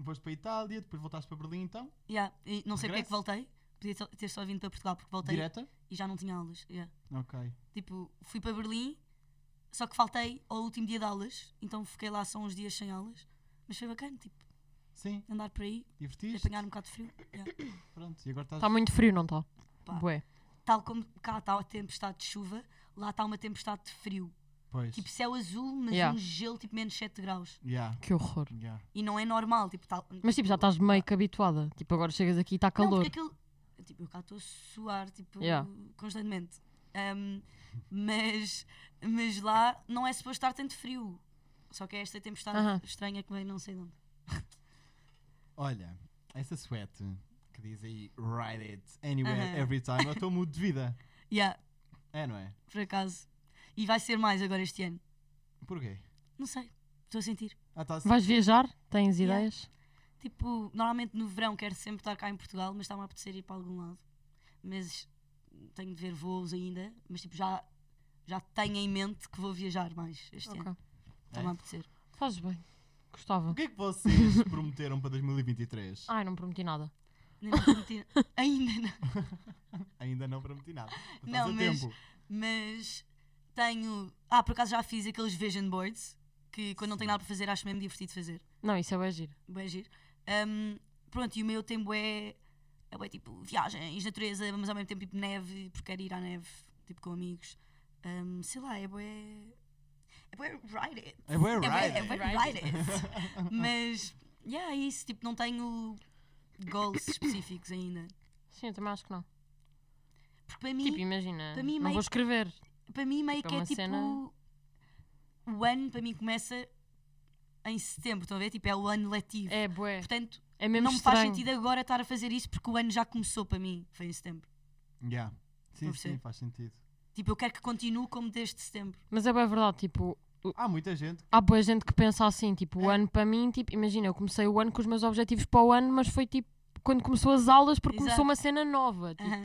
foste para a Itália, depois voltaste para Berlim, então?
yeah. e Não sei porque é
Regresso?
que voltei, podia só- ter só vindo para Portugal, porque voltei
Direta?
e já não tinha aulas. yeah.
Ok.
Tipo, fui para Berlim, só que faltei ao último dia de aulas, então fiquei lá só uns dias sem aulas. Mas foi bacana, tipo,
Sim,
andar por aí,
divertiste.
apanhar um bocado de frio. yeah.
Pronto, e agora estás.
Está Tá muito frio, não está?
Pá.
Bué.
Tal como cá está a tempestade de chuva, lá está uma tempestade de frio.
Pois.
Tipo, céu azul, mas
Yeah.
um gelo tipo menos 7 graus.
Yeah,
Que horror.
yeah.
E não é normal, tipo, tal.
Mas tipo, já estás meio que habituada. Tipo, agora chegas aqui e está
Não,
calor.
porque aquilo- Tipo, eu cá estou a suar, tipo,
Yeah.
constantemente. Ahm, mas, mas lá não é suposto estar tanto frio. Só que é esta tempestade
Aham.
estranha que vem não sei de onde.
Olha, essa sweat que diz aí ride it anywhere,
Aham.
every time, É eu estou muito de vida.
Yeah,
É, não é?
por acaso. E vai ser mais agora este ano.
Porquê?
Não sei, estou a sentir.
Ah, tá
Vais viajar? Tens
Yeah.
ideias?
Tipo, normalmente no verão quero sempre estar cá em Portugal, mas está-me a apetecer ir para algum lado. Mas tenho de ver voos ainda, mas tipo, já, já tenho em mente que vou viajar mais este ano.
Ok.
Está-me a apetecer.
Fazes bem.
O
Gostava.
que é que vocês prometeram para 2023?
Ai, não prometi nada.
Ainda não prometi- ainda não.
Ainda não prometi nada. Então Mas
Não,
estás a
mas-
tempo.
mas tenho. Ah, por acaso já fiz aqueles vision boards que quando não tenho nada para fazer acho mesmo divertido fazer.
Não, isso é bem giro.
Bué giro. Hum, pronto, e o meu tem bué, é bué tipo viagens, natureza, mas ao mesmo tempo tipo neve, porque quero ir à neve, tipo com amigos. Hum, sei lá, é bué... É bué ride it.
É bué
É bué, é
right.
bué
Ride
ride it. mas, yeah, é isso, tipo, não tenho goals específicos ainda.
Sim, eu também acho que não.
Porque para mim,
Tipo, imagina.
para mim,
não
meio-
vou escrever.
para mim meio
tipo, é
que é
uma
tipo...
cena-
O ano para mim começa em setembro, estão a ver? Tipo, é o ano letivo.
É bué.
Portanto,
É mesmo
não me
estranho.
faz sentido agora estar a fazer isso porque o ano já começou para mim, foi em setembro.
Yeah. Sim,
Estou a
sim,
perceber.
faz sentido.
Tipo, eu quero que continue como desde setembro.
Mas é bem verdade, tipo,
Há muita gente.
há boa gente que pensa assim, tipo, o
É.
ano para mim, tipo, imagina, eu comecei o ano com os meus objetivos para o ano, mas foi tipo quando começou as aulas porque
Exato.
começou uma cena nova. Tipo,
Aham.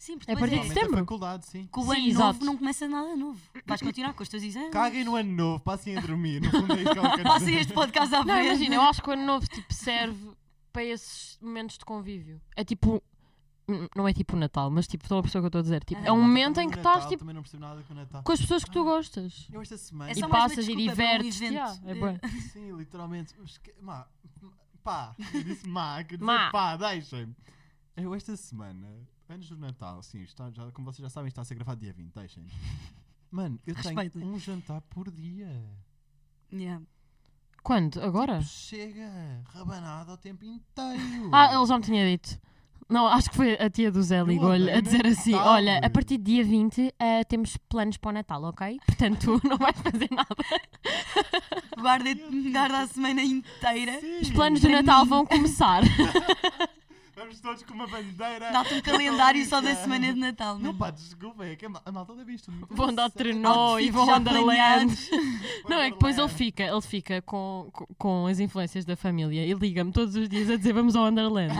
Sim, porque
É a
depois
partir de
é,
Normalmente
setembro.
a faculdade, sim.
com o
Sim,
ano
exato.
novo não começa nada novo. Vais continuar com os teus exames.
Caguem no ano novo, passem a dormir. No fundo é isso que eu quero
Passem
dizer.
este podcast à
Não,
frente.
imagina, eu acho que o ano novo tipo, serve para esses momentos de convívio. É tipo. n- Não é tipo o Natal, mas tipo, estão a pessoa que eu estou a dizer. Tipo,
Ah.
é um
Malta,
momento
também
em
o
que
Natal,
estás tipo,
Também não percebo nada com o Natal.
com as pessoas que tu gostas.
Eu esta semana.
É
E
só mais uma
passas e
desculpa para um
divertes.
evento.
é bué.
Sim, literalmente. Esque... Má. Pá, eu disse má, quer dizer
Má.
pá, deixem-me. Eu esta semana, antes do Natal, sim, está, já, como vocês já sabem, está a ser gravado dia 20, deixem. Mano, eu
Respeitem.
tenho um jantar por dia.
Yeah. tipo,
Quando? Agora?
Tipo, Chega, rabanada o tempo inteiro.
Ah, ele já me tinha dito. Não, acho que foi a tia do Zé ligou-lhe a
odeio
dizer assim:
Tá,
Natal,
olha, a
meu.
partir de dia 20 eh, temos planos para o Natal, ok? Portanto, não vais fazer nada.
Guarda-te guarda a semana inteira.
Os planos do Natal vão começar.
Vamos todos com uma bandeira.
Dá-te um calendário só da semana de Natal.
Não,
mano.
pá, desculpa, é que a ma- a malta deve isto muito. Ah,
Vão
a
dar
sério.
trenó e
Outfits
vão
já
Wonderland.
planeados.
Não, é que depois ele fica, ele fica com, com, com as influências da família e liga-me todos os dias a dizer vamos ao Wonderland.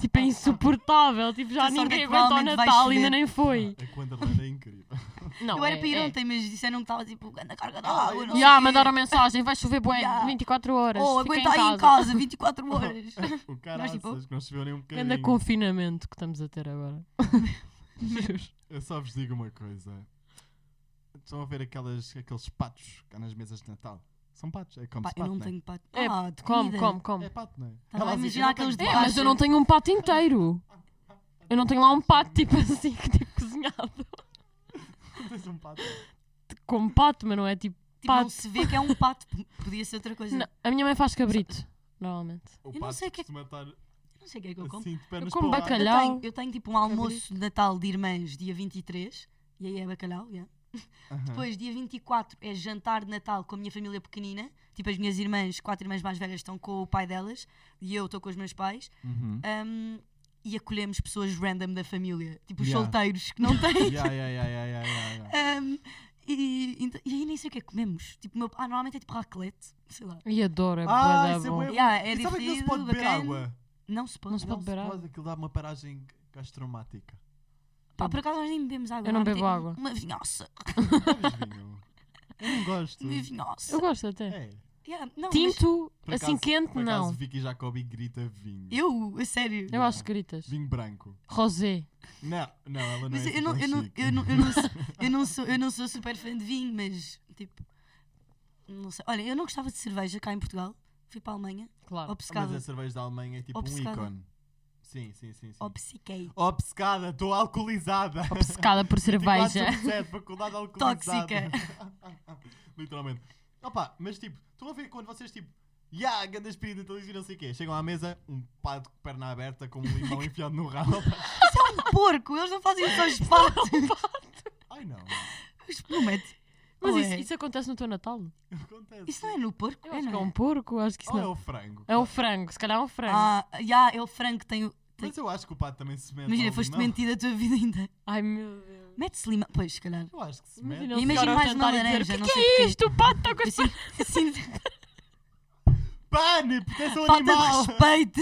tipo, é insuportável. Tipo, já
Que sorte
ninguém
é que
aguenta o
provavelmente vai
Natal, ainda
chover.
nem foi.
É que o Wonderland é incrível.
Não,
Eu era
é-
para ir
é.
ontem, mas disseram que estava tipo, na carga de
Ah,
água.
eu-
não
E
sei
ah,
o quê.
mandaram mensagem, vai chover bué,
Ya.
24 horas.
Oh,
fica
aguenta aí em casa 24 horas.
O cara
tipo-
que não choveu nem um bocadinho.
Hum.
Grande confinamento que estamos a ter agora. Juro.
Eu só vos digo uma coisa. Estão a ver aquelas, aqueles patos cá nas mesas de Natal? São patos, é como
Pá,
se
eu
pato,
não
né?
tenho pato.
É,
Ah, de
Como,
comida.
como, como.
É pato, não é?
Tá bem,
Ela diz,
imagina
"Eu não tenho
aqueles
É,
pato."
mas eu não tenho um pato inteiro. Eu não tenho lá um pato tipo assim, que tipo cozinhado.
Tens um pato.
Como pato, mas não é tipo.
Tipo,
Pato.
não se vê que é um pato. P- Podia ser outra coisa.
Não, a minha mãe faz cabrito, normalmente.
O
não
pato
sei o que é
costuma estar
Não sei o que é que eu como.
assim de pernas
como
para o ar.
bacalhau.
Eu tenho, eu tenho, tipo um almoço de Natal de irmãs dia 23, e aí é bacalhau,
Hum.
yeah.
Aham.
Depois, dia 24, é jantar de Natal com a minha família pequenina. Tipo, as minhas irmãs, quatro irmãs mais velhas, estão com o pai delas e eu estou com os meus pais.
Uhum.
Um, e acolhemos pessoas random da família, tipo os
Yeah.
solteiros que não têm.
Ya, ya, ya, ya, ya, ya, ya.
Um, e, então- e aí nem sei o que é que comemos. Tipo, o meu- ah, normalmente é tipo raclette, sei lá.
E adoro, é
Ah,
bué da
isso é
bom.
bué bom.
Yeah, é
E sabe que não se
divertido,
pode beber
bacana.
água?
Não se pode.
Não se pode beber
Não se
água.
pode, aquilo dá uma paragem gastromática.
Pá, por acaso nós nem bebemos água.
Eu não
lá,
bebo
tem
água.
Uma vinhoça.
Bebes vinho? Eu não gosto.
Uma vinhoça.
Eu gosto até.
É.
Yeah, não, mas-
Tinto,
Por
assim
acaso-
quente,
por acaso,
não.
Vicky Jacobi grita vinho.
Eu, a sério.
Eu acho que gritas.
Vinho branco.
Rosé.
Não, não, ela não
Mas
é
eu não,
assim
eu,
tão
não,
chique.
eu, não, eu, não sou, eu, não sou, eu não sou super fã de vinho, mas tipo. Não sei. Olha, eu não gostava de cerveja cá em Portugal. Fui para a Alemanha.
Claro.
Mas
Obcecada.
a cerveja da Alemanha é tipo
Obcecada.
um ícone. Sim, sim, sim. sim.
Obcequei.
Obcecada, estou alcoolizada. Tipo,
Obcecada por
Tipo,
cerveja.
24 sobre 7, faculdade alcoolizada. Literalmente. Opa, mas tipo, estão a ver quando vocês tipo, ya, yeah, grande espírito inteligente e não sei o quê. Chegam à mesa, um pato com perna aberta, com um limão enfiado no ralo.
Porco, eles não fazem isso aos patos.
Ai não,
Experimento.
Mas
Ou
isso,
é?
isso acontece no teu Natal?
acontece.
Isso não é no porco?
Eu
é,
acho que é
não
um porco, acho que isso
Ou é
não.
o frango?
É um frango, se calhar é um frango.
Ah, já, é o frango que tem. o- tem-
Mas eu acho que o pato também se mete.
Imagina,
ao
foste
limão.
mentida a tua vida ainda.
Ai meu Deus.
Mete-se limão. Pois, se calhar.
Eu acho que se mete.
Imagina,
Imagina
chegar ao
mais uma
jantar e dizer,
laranja,
"O
não
que,
sei
que
porquê."
é isto? O pato está com as
Assim, assim,
Pane, proteção
falta de
animal!
respeito.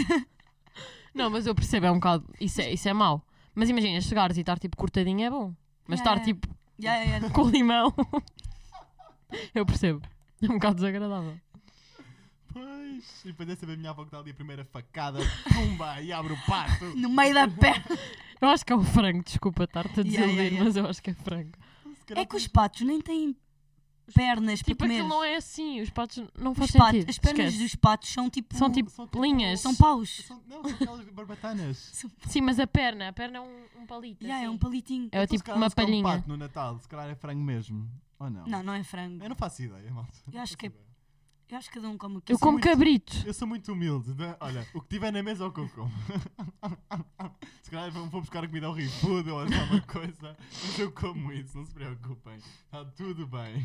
Não, mas eu percebo, é um bocado. Isso é, isso é mau. Mas imagina, chegares e estar tipo cortadinho é bom. Mas
Yeah,
estar
yeah.
tipo
Já, já, já.
com limão. eu percebo. É um bocado desagradável.
Pois, e depois é saber a minha avó que dá ali a primeira facada, pumba, e abre o pato.
No meio da perna.
Eu acho que é um frango, desculpa estar-te a
Yeah,
desiludir,
yeah, yeah.
mas eu acho que é frango.
Se calhar um
É que os patos nem têm pernas
Tipo,
para comer.
aquilo não é assim. Os patos não
Os
faz
patos-
sentido.
as pernas
Esquece.
dos patos são tipo.
São tipo
São tipo-
linhas.
são paus.
São- não, são aquelas barbatanas.
Sim, mas a perna. A perna é um, um palito.
Yeah,
assim.
é um palitinho.
É
Então, se
tipo
calhar
uma
não se come
palhinha.
pato no Natal, se calhar é frango mesmo. Ou não?
Não, não é frango.
Eu não faço ideia, malta.
Eu acho que é- Eu acho que cada um come o que
Eu
quer.
como
muito-
cabrito.
Eu sou muito humilde. né? Olha, o que tiver na mesa é o que eu como. se calhar vou vou buscar comida ao rifudo ou assim, alguma coisa. Mas eu como isso, não se preocupem. Está tudo bem.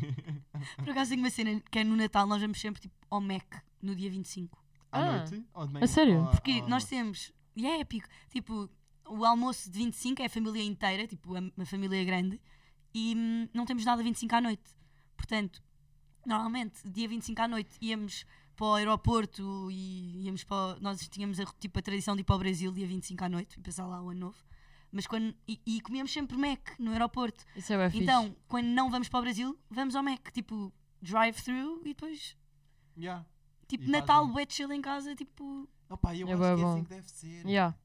Por acaso tenho uma cena que é no Natal, nós vamos sempre tipo, ao Mac no dia 25.
À
Ah,
noite? Ou de manhã?
a sério?
Ou-
Porque
ou-
nós temos. E é épico. Tipo, o almoço de 25 é a família inteira, tipo, a- uma família grande, e hum, não temos nada 25 à noite. Portanto, normalmente, dia 25 à noite íamos para o aeroporto e íamos para. o- Nós tínhamos a, tipo, a tradição de ir para o Brasil dia 25 à noite e passar lá o ano novo. Mas quando, e, e comíamos sempre Mac no aeroporto.
Isso é bem fixe.
Então, quando não vamos para o Brasil, vamos ao Mac, tipo, drive-thru e depois,
Yeah.
tipo,
E
Natal,
um-
fazem-
bué chill em casa, tipo,
Opa, eu
É
acho
bué
que é
bom.
assim que deve ser.
Yeah.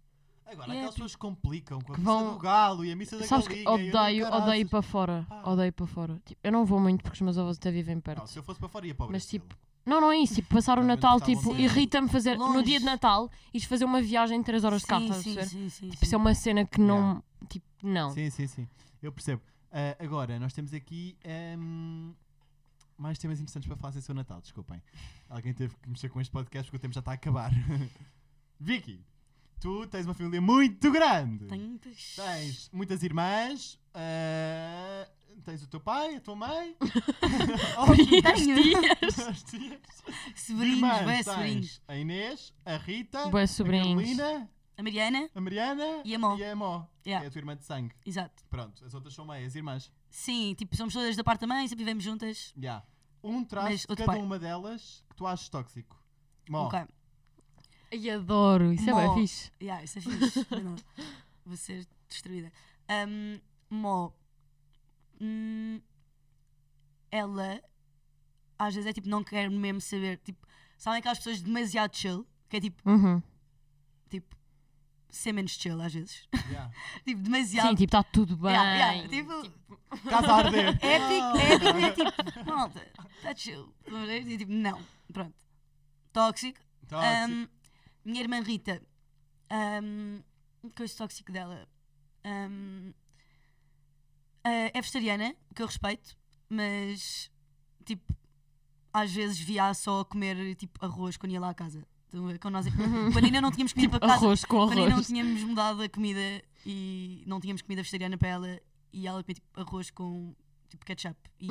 Agora,
E é
aquelas
tipo-
pessoas que complicam com a
que
missa
vão-
do galo e a missa da
Sabes que
galinha. e eu não
odeio,
caraças.
odeio para fora.
Pá.
Odeio para fora. Tipo, eu não vou muito porque os meus avós até vivem
Não,
perto.
se eu fosse para fora ia para o
Mas,
Brasil.
tipo, Não, não é isso. Tipo, passar o
Também
Natal,
está
tipo,
longe.
irrita-me fazer. No dia de
Longe.
Natal, isto fazer uma viagem de 3 horas de carro,
sim,
estás a
sim,
perceber?
sim, sim,
Tipo, isso é uma cena que não.
Yeah.
Tipo, não.
Sim, sim, sim. Eu percebo. Ah, agora, nós temos aqui ehm, mais temas interessantes para falar sem ser o Natal, desculpem. Alguém teve que mexer com este podcast porque o tempo já está a acabar. Vicky, tu tens uma família muito grande.
Tenho muitas-
Tens muitas irmãs. ah, tens o teu pai, a tua mãe.
Primas,
Tenho. né?
tias.
As tias.
Sobrinhos,
Irmãs,
bué
tens
sobrinhos.
A Inês, a Rita,
Bué
a
sobrinhos.
Carolina,
A Mariana,
a Mariana
E a Mó.
E a Mó,
Yeah.
que é a tua irmã de sangue.
exato.
Pronto, as outras são meias irmãs.
Sim, tipo, somos todas da parte da mãe, sempre vivemos juntas.
Yeah. Um traço
Mas
de
outro
cada
pai.
uma delas que tu achas tóxico. Mó,
Ok.
Ai, adoro. Isso é bem
Mó.
fixe.
Yeah, isso é fixe. mas não, Vou ser destruída. Um, Mó. Hum, ela às vezes é tipo, não quer mesmo saber. Tipo, sabem aquelas pessoas demasiado chill? Que é tipo,
Uhum.
tipo, ser menos chill às vezes.
yeah.
tipo,
Sim,
demasiado.
tipo, está tudo bem.
yeah, yeah, tipo,
Casa a arder. Ah,
épico, épico, é tipo, malta, está chill. Estão a ver? E, tipo, não, pronto. Tóxico.
Tóxico.
Ahm, minha irmã Rita, ahm, coisa tóxico dela. ahm, ah, é vegetariana, o que eu respeito, mas tipo, às vezes via só a comer tipo arroz quando ia lá à casa. Então, quando, nós- quando ainda não tínhamos comido para casa,
Arroz com
quando ainda tá não
arroz.
tínhamos mudado a comida e não tínhamos comida vegetariana para ela e ela comia tipo, arroz com tipo ketchup e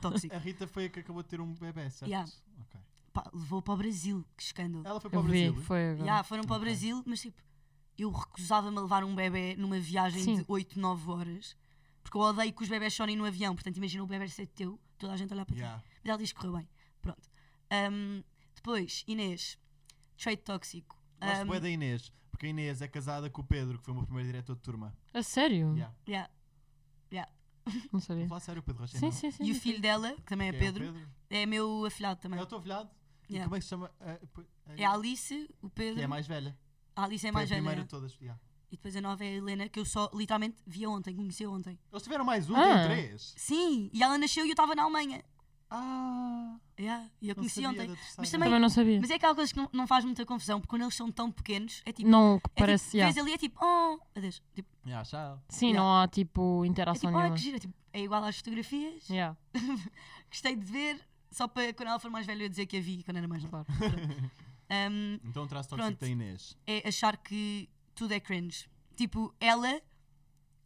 tóxico.
A Rita foi a que acabou de ter um bebê, certo?
Yeah.
Ok.
Pá, levou para o Brasil, que escândalo.
Ela foi para
Eu
o
vi,
Brasil.
foi agora.
Yeah, foram para o
É Ok.
Brasil, mas tipo, eu recusava-me a levar um bebê numa viagem
Sim.
de 8, 9 horas, porque eu odeio que os bebés chorem no avião. Portanto, imagina o bebê ser teu, toda a gente olhar para
Yeah.
ti. Mas ela diz que correu bem. Pronto. Ahm, depois, Inês, trait tóxico.
Gosto
Ahm,
bué da Inês, porque a Inês é casada com o Pedro, que foi o meu primeiro diretor de turma.
A sério?
Yeah.
yeah.
Não
Vou
sabia.
falar sério, o Pedro Rocha.
Sim,
não.
sim, sim.
E o
sim.
filho dela, que também é,
um Que
Pedro,
É o Pedro.
é meu afilhado também.
É o teu velhado. E
Yeah.
como é que se chama? Ah, po- ah,
É a Alice, o Pedro.
Que é a mais velha.
A Alice
Foi
é
a
mais
primeira
velha.
de todas. yeah.
E depois a nova é a Helena, que eu só literalmente via ontem, conheci ontem.
Eles tiveram mais um,
Ah.
tem três.
Sim, e ela nasceu e eu estava na Alemanha.
Ah,
Yeah, e eu
não
conheci
sabia
ontem.
da terceira.
Mas também-
Também não sabia.
Mas é aquela coisa que não, não faz muita confusão, porque quando eles são tão pequenos, é tipo.
Não, que
é
parece.
tipo,
yeah.
vês ali, é tipo, oh, adeus. Tipo,
Yeah, tchau.
Sim,
Yeah.
não há tipo
é
interação
tipo, ah,
nenhuma.
que gira, tipo, é igual às fotografias,
Yeah,
gostei de ver, só para quando ela for mais velha eu dizer que a vi quando era mais nova.
claro.
Um,
Então o traço tóxico
Pronto.
da Inês.
é achar que tudo é cringe. Tipo, ela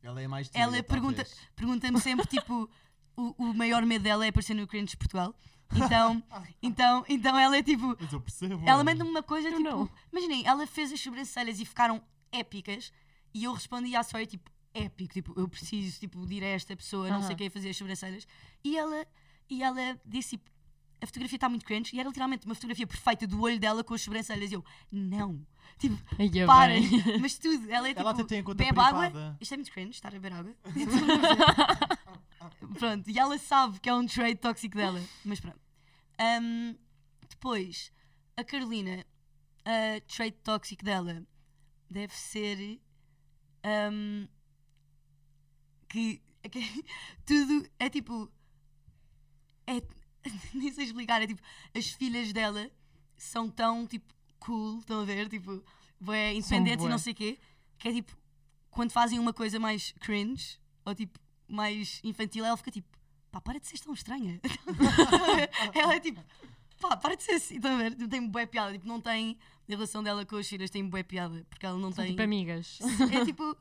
Ela é mais tímida,
Ela pergunta-
talvez.
pergunta-me sempre, tipo, o, o maior medo dela é aparecer no cringe de Portugal. Então, então, então ela é tipo,
Mas eu percebo.
Ela manda-me uma coisa
Eu
tipo.
não.
Imaginem, ela fez as sobrancelhas e ficaram épicas e eu respondi à história tipo épico, tipo eu preciso tipo, de ir a esta pessoa, não sei
Aham.
quem fazer as sobrancelhas. E ela, e ela disse tipo, a fotografia está muito cringe e era literalmente uma fotografia perfeita do olho dela com as sobrancelhas. E eu, não, tipo,
Ai, é
para,
bem.
mas tudo. Ela é tipo,
Ela até tem a conta
bebe água.
privada.
Isto é muito cringe, estar a beber água. Tipo, pronto, e ela sabe que é um trade tóxico dela, mas pronto. Ahm, depois, a Carolina, a trade tóxico dela deve ser ahm, que, que tudo é tipo. é. Nem sei explicar, é tipo. As filhas dela são tão, tipo, cool, estão a ver? Tipo, bué, independentes e
bué.
não sei o quê. Que é tipo. Quando fazem uma coisa mais cringe, ou tipo, mais infantil, ela fica tipo. Pá, para de ser tão estranha. ela é tipo. Pá, para de ser assim, estão a ver? Tipo, Tem bué piada. Tipo, não tem. A relação dela com as filhas tem bué piada. Porque ela não
São
tem.
tipo amigas.
É tipo.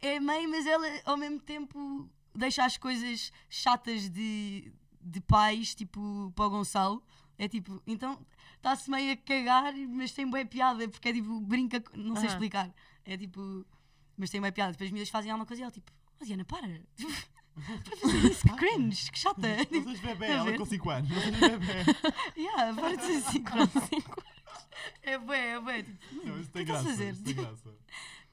É mãe, mas ela ao mesmo tempo deixa as coisas chatas de, de pais, tipo, para o Gonçalo. É tipo, então está-se meio a cagar, mas tem boa piada, porque é tipo, brinca, co- não sei
Aham.
explicar. É tipo, mas tem boa piada. Depois as miúdas fazem alguma coisa e ela tipo, oh, Diana, para. para fazer isso, que cringe, que chata.
Não sejas bebê,
a
ela
ver?
com 5 anos. Não sejas bebê.
yeah, para de ser assim,
Quase cinco.
É bué, é bué. Tipo,
Não, isso
que
tem
é que
graça.
vais fazer?
Isso tem graça.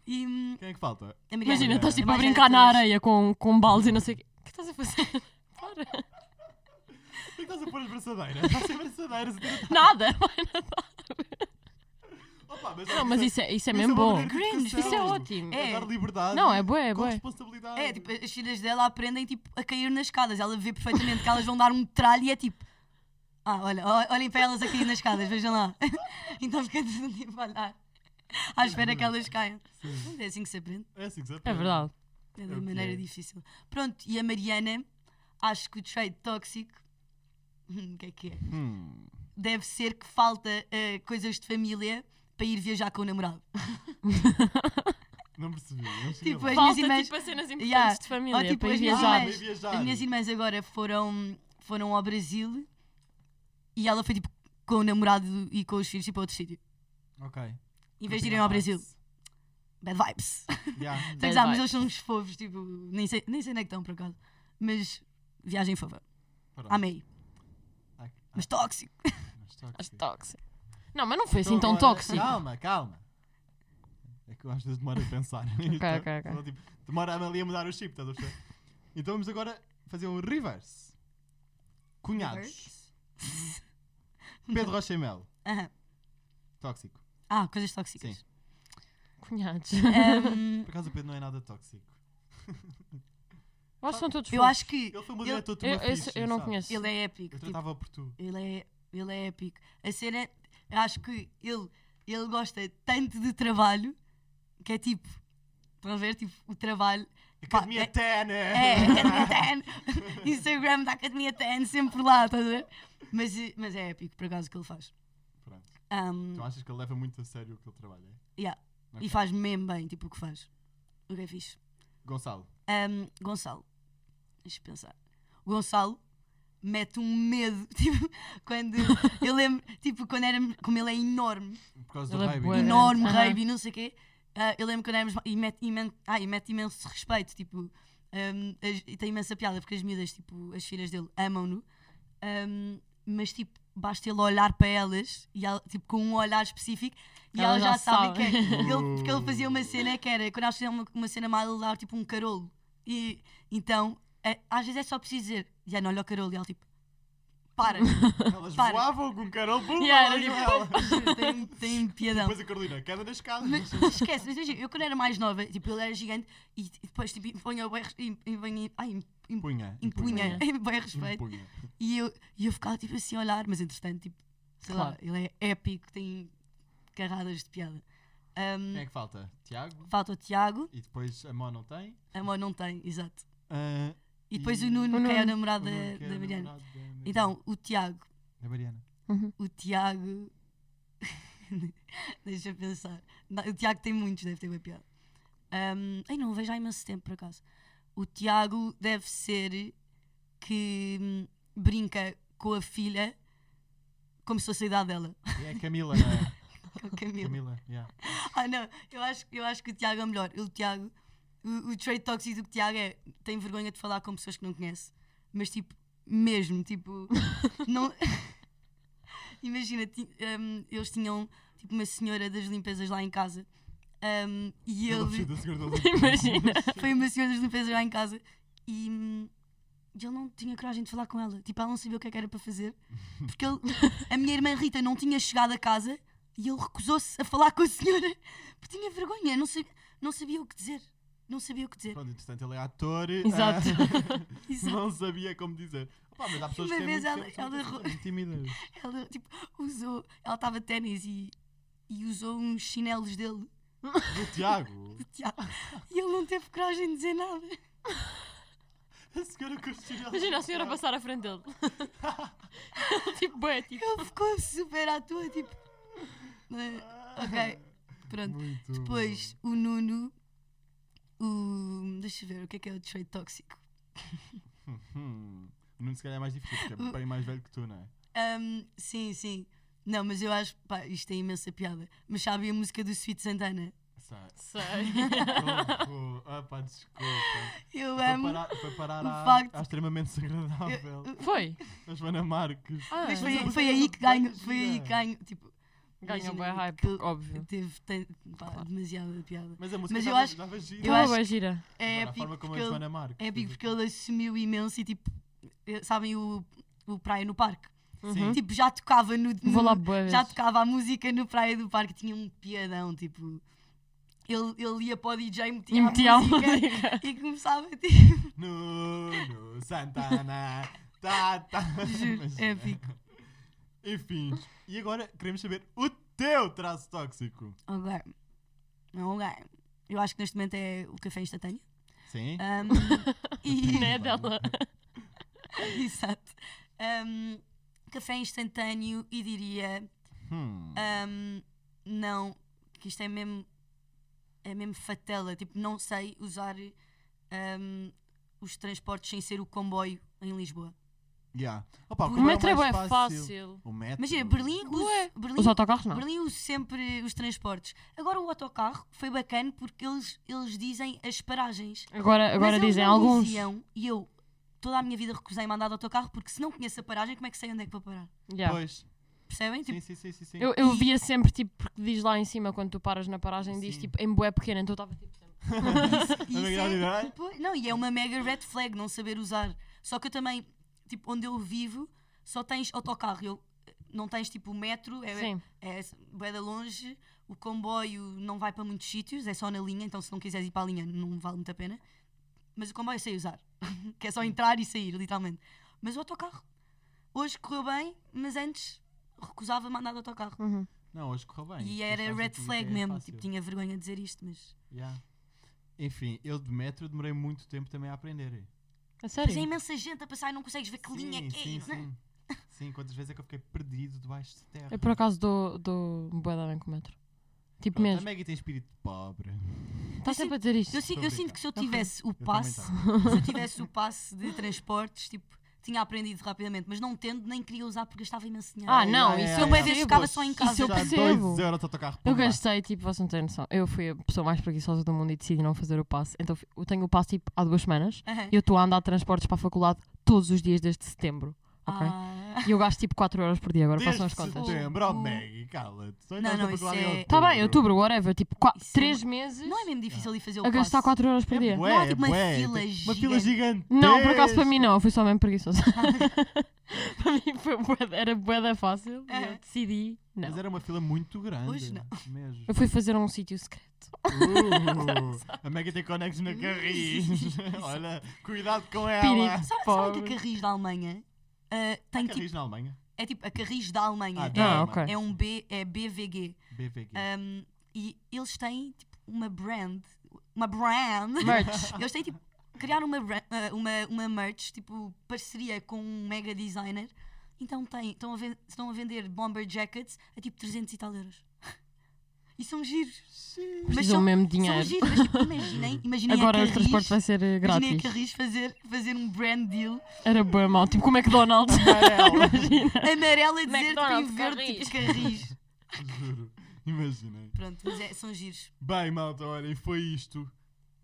e, hum,
Quem é que falta?
a Mariana.
Imagina, estás tipo a
Mais
brincar na
diretas.
areia com, com baldes e não sei o quê. O que estás a fazer? Para.
Por que estás a pôr as braçadeiras? Estás sem braçadeiras. então,
Nada.
Opa, mas
Não, mas isso é, isso é
Isso
mesmo
é uma
bom.
maneira de
Cringe,
educação.
Isso é ótimo.
É.
É dar liberdade.
Não, é bué, é
Com
bué.
responsabilidade.
É, tipo, as filhas dela aprendem tipo, a cair nas escadas. Ela vê perfeitamente que elas vão dar um tralho e é tipo. Ah, olha, o- olhem para elas a cair nas escadas, vejam lá. então fica tudo tipo a olhar. À espera que elas caiam.
Sim.
É assim que se aprende.
É assim que se
É
aprende.
verdade.
É de
É o
uma
que
maneira
é.
difícil. Pronto, e a Mariana, acho que o trait tóxico. O que é que é?
Hum.
Deve ser que falta eh, coisas de família para ir viajar com o namorado.
Não percebi. Não cheguei
Tipo,
lá.
as minhas
Falta
irmãs.
tipo as cenas importantes
Yeah.
de família
Ou, tipo,
para ir
as minhas
Ah,
viajar.
irmãs.
vai viajar.
As minhas irmãs agora foram, foram ao Brasil e ela foi tipo com o namorado e com os filhos tipo, a outro sítio.
Ok.
Em vez de
Não
irem
tinha
ao
paz.
Brasil. Bad vibes.
Yeah.
Pois
Bad
há, mas
vibes.
eles são uns fofos, tipo, nem sei, nem sei onde é que estão por acaso. Mas viagem fofa.
Pronto.
Amei.
Ah, ah,
Mas tóxico.
mas toque.
Acho tóxico. Não, mas não foi assim
Então
tão
agora-
tóxico.
Calma, calma. É que eu às vezes demoro a pensar. Então,
ok, ok.
só, tipo, demora ali a mudar o chip, estás a perceber? Então vamos agora fazer um reverse. Cunhados. Pedro Rocha e Mel.
Aham.
Tóxico.
Ah, coisas tóxicas.
Sim.
Cunhados.
Ahm,
Por acaso o Pedro não é nada tóxico.
Eu acho que são todos
eu
fofos.
acho que
Ele foi uma
Ele-
diretor de
eu,
uma
eu-
ficha,
eu não
sabe?
conheço.
ele é épico.
Eu
tipo,
tratava por tu.
Ele é, ele é épico. A cena, eu acho que ele, ele gosta tanto de trabalho que é tipo, estão a ver? Tipo, o trabalho. pá,
Academia
é-
Tana!
é, Academia TAN! Instagram da Academia TAN, sempre lá, estás a ver? Mas, eh, mas é épico, por acaso, o que ele faz.
Pronto.
Ahm,
Tu achas que ele leva muito a sério o que ele trabalha? é?
yeah.
Ok.
E faz mesmo bem, tipo, o que faz. O que é fixe.
Gonçalo.
Ahm, Gonçalo. Deixa eu pensar. O Gonçalo mete um medo, tipo, quando eu lembro, tipo, quando era, como ele é enorme,
Por causa do
Ele é
Raven.
bué-
não é?
enorme,
Aham.
rave e não sei o quê. Ah, eu lembro quando éramos. ma- E mete, imen- ah, e mete imenso respeito, tipo. ahm, as- e tem imensa piada, porque as miúdas, tipo, as filhas dele amam-no. Ahm, mas, tipo, basta ele olhar para elas, e ela- tipo, com um olhar específico, e
Elas
elas
já
já, sabem
sabem.
quem é. Ele, porque ele fazia uma cena que era, quando elas faziam uma, uma cena mal, ele dava tipo um carolo. E então, é- às vezes é só preciso dizer, já não olha o carolo, e ela, tipo, para.
Elas
Para.
voavam com o Carol Bumba
Yeah,
lá
era
com
tipo-
ela.
Juro, tem, tem piadão.
Depois a Carolina, queda na escada.
Mas mas esquece, mas imagina, eu quando era mais nova, tipo, ele era gigante e e depois tipo, impunha o impunha,
Impunha.
impunha, bem
Impunha.
respeito. E eu, e eu ficava tipo assim a olhar, mas entretanto, tipo, sei lá,
Claro.
ele é épico, tem carradas de piada. Ahm,
Quem é que falta? Tiago.
Falta o Tiago,
E depois a Mó não tem.
a Mo não tem, exato.
Ah,
E depois
E-
o Nuno,
O
que é o
Nuno.
namorado
o Nuno,
da,
que é
da
o
Mariana.
namorado da Mariana.
Então, o Tiago,
Da Mariana.
o Tiago. Deixa eu pensar. Não, o Tiago tem muitos, deve ter uma piada. Ahm, ai, não o vejo há imenso tempo, por acaso. O Tiago deve ser que hum, brinca com a filha como se fosse a idade dela.
E é a Camila, não é?
Com a Camila.
Camila, yeah.
Ah, não, eu acho, eu acho que o Tiago é o melhor. O Tiago, o, o trait tóxico do Tiago é tem vergonha de falar com pessoas que não conhece, mas tipo, mesmo, tipo, não. Imagina, ti- hum, eles tinham tipo uma senhora das limpezas lá em casa hum, e
Ele
ele
precisa da segunda luz.
Imagina.
foi uma senhora das limpezas lá em casa e hum, ele não tinha coragem de falar com ela. Tipo, ela não sabia o que é que era para fazer. Porque ele- a minha irmã Rita não tinha chegado a casa e ele recusou-se a falar com a senhora porque tinha vergonha, não sabia, não sabia o que dizer. não sabia o que dizer.
Pronto, entretanto, ele é ator.
Exato.
ah,
Exato.
não sabia como dizer. Pá, mas há pessoas
Uma
que
vez
é muito,
ela-
são
ela
muito-
ro-
são muito tímidas.
Ela tipo, usou. Ela estava de ténis e, e usou uns chinelos dele.
Do Tiago.
Tiago. E ele não teve coragem de dizer nada.
A senhora com os chinelos
Imagina a
do
Ah.
senhora
Tiago.
passar à frente dele. Ele, tipo, bué, tipo.
Ele ficou super à toa, tipo. né? Ok, pronto.
Ah, Muito
Depois
Hum.
o Nuno. O... Deixa eu ver o que é que é o trait tóxico.
bom. Hum, o Nuno se calhar é mais difícil, porque é bem mais velho que tu, não é?
Ahm, sim, sim. Não, mas eu acho. Pá, isto tem imensa piada. Mas sabe a música do Sweet Santana?
Sabe?
Sei.
Oh, oh, pá, desculpa.
Eu
Foi
amo.
parar, foi parar
o
à,
facto-
à extremamente desagradável.
Foi.
A Joana Marques.
Ah,
Mas é a
Mas foi,
música
foi
era
aí que ganho.
bem
Foi aí
gira.
que ganho. Tipo,
Ganhou
imagina
bué hype,
que
óbvio.
Teve tan- pá,
Claro.
demasiada piada.
Mas a música
Mas eu
dava,
acho-
dava gira.
eu
Boa,
acho-
bué gira.
É
Agora, a
épico
forma como a
porque ele
Joana Marques. tipo,
É épico porque ele assumiu imenso e tipo, eh, sabem o, o Praia no Parque?
Sim.
Tipo, já tocava no.
Uhum. Vou
no-
lá bué
já
vezes.
tocava a música no Praia do Parque, tinha um piadão, tipo. Ele, ele ia para o DJ, metia,
E meti a
a música
música.
e começava tipo.
Nuno Santana. Tá, tá.
Juro,
Imagina.
épico.
Enfim. E agora queremos saber o teu traço tóxico.
Ok. Não, ok. oh, Eu acho que neste momento é o café instantâneo.
Sim.
Ahm, e.
Não é dela.
Exato. Ahm, café instantâneo e diria.
Hum.
Ahm, não, que isto é mesmo. É mesmo fatela. Tipo, não sei usar ahm, os transportes sem ser o comboio em Lisboa.
Yeah. Opa,
O
como
metro é bué
mais
fácil.
O metro.
Imagina, Berlim uso,
Ué,
Berlim,
Os autocarros não.
Berlim uso sempre os transportes. Agora o autocarro foi bacana porque eles, eles dizem as paragens.
Agora, agora
Mas eles
dizem
não
alguns.
diziam, e eu toda a minha vida recusei mandar de autocarro porque se não conheço a paragem, como é que sei onde é que vou parar?
Yeah.
Pois.
Percebem? Tipo,
Sim, sim, sim, sim. sim.
Eu, eu via sempre, tipo, porque diz lá em cima, quando tu paras na paragem, diz
Sim.
tipo em bué pequena, então eu estava tipo sempre.
E isso
Obrigado,
é-
Irai.
pois, não, e é uma mega red flag não saber usar. Só que eu também, tipo, onde eu vivo, só tens autocarro. Eu, não tens tipo o metro, é,
Sim.
é, bué de longe, o comboio não vai para muitos sítios, é só na linha, então se não quiseres ir para a linha não vale muito a pena. Mas o comboio eu sei usar, que é só entrar e sair, literalmente. Mas o autocarro, hoje correu bem, mas antes recusava mandar de autocarro.
Uhum.
Não, hoje correu bem.
E
Transporte
era red
público
flag
é
mesmo,
fácil.
tipo, tinha vergonha de dizer isto, mas.
Yeah. Enfim, eu de metro demorei muito tempo também a aprender.
A
Mas é
sério?
imensa gente a passar e não consegues ver que linha
sim,
é que
sim,
é. não é?
sim. Sim, quantas vezes é que eu fiquei perdido debaixo de terra.
Eu É por acaso dou, dou bué da bem com o metro. Tipo
Pronto, A
mesmo.
Maggie tem espírito de pobre.
Está
Eu
sempre a dizer isto.
Eu, si-
Tá Estou a
eu
brincar.
sinto que se eu tivesse o
também
passe,
tava.
se eu tivesse o passe de transportes, tipo, tinha aprendido rapidamente, mas não tendo, nem queria usar porque gastava imenso dinheiro.
Ah, não,
Ai,
isso
ai,
eu
uma
ai,
vez
percebo.
ficava só em casa.
Isso eu
Já
percebo.
dois euros de autocarro
Eu
para
gastei, tipo, vocês não têm noção. Eu fui a pessoa mais preguiçosa do mundo e decidi não fazer o passe. Então fi- eu tenho o passe, tipo, há duas semanas.
Aham.
E eu estou a andar de transportes para a faculdade todos os dias desde setembro. Ok?
Ah.
E eu gasto, tipo, 4 euros por dia. Agora
Desde
façam as contas.
setembro, oh
O-
Maggie, cala-te. Só
Não,
entraste
não,
na
isso
faculdade em
é-
Tá bem,
outubro.
outubro, whatever. Tipo,
Isso é
3 meses
Não é mesmo difícil de fazer o
a
passe.
gastar 4 euros por dia.
É bué,
Não há, tipo,
é
uma
bué,
fila
tem Uma fila gigante.
Não, por acaso para mim não, eu fui só mesmo preguiçosa. para mim foi bué- era boeda fácil e eu
É.
decidi. Não.
Mas era uma fila muito grande.
Hoje não.
Mesmo.
Eu fui fazer um sítio secreto.
Uh, a Maggie tem conexos na Carris. Olha, cuidado com ela.
Espírito.
Sabe- Sabem que a Carris da Alemanha ah, tem tipo.
Carris na Alemanha.
É tipo a Carris da Alemanha.
Ah,
É-
da
Ah,
Alemanha.
ok.
É um B, é BVG.
BVG.
Um, e eles têm tipo uma brand. Uma brand.
Merch.
Eles têm tipo. Criaram uma, bra- ah, uma, uma merch, tipo, parceria com um mega designer. Então têm, estão, a ven- estão a vender bomber jackets a tipo 300 e tal euros. E são giros.
Sim.
Mas
Precisam
são- é
mesmo de
São
dinheiro.
giros, mas tipo, imaginem, imaginem
Agora
a
os
Carris,
transportes vai ser eh,
imaginem a
grátis.
Carris fazer, fazer um brand deal
Era bem mal. Tipo, como é que Donald? Imagina.
amarelo a dizer tipo, em
McDonald's
verde tipo Carris.
Juro. Imaginei.
Pronto, mas é- são giros.
Bem, malta, olhem, foi isto.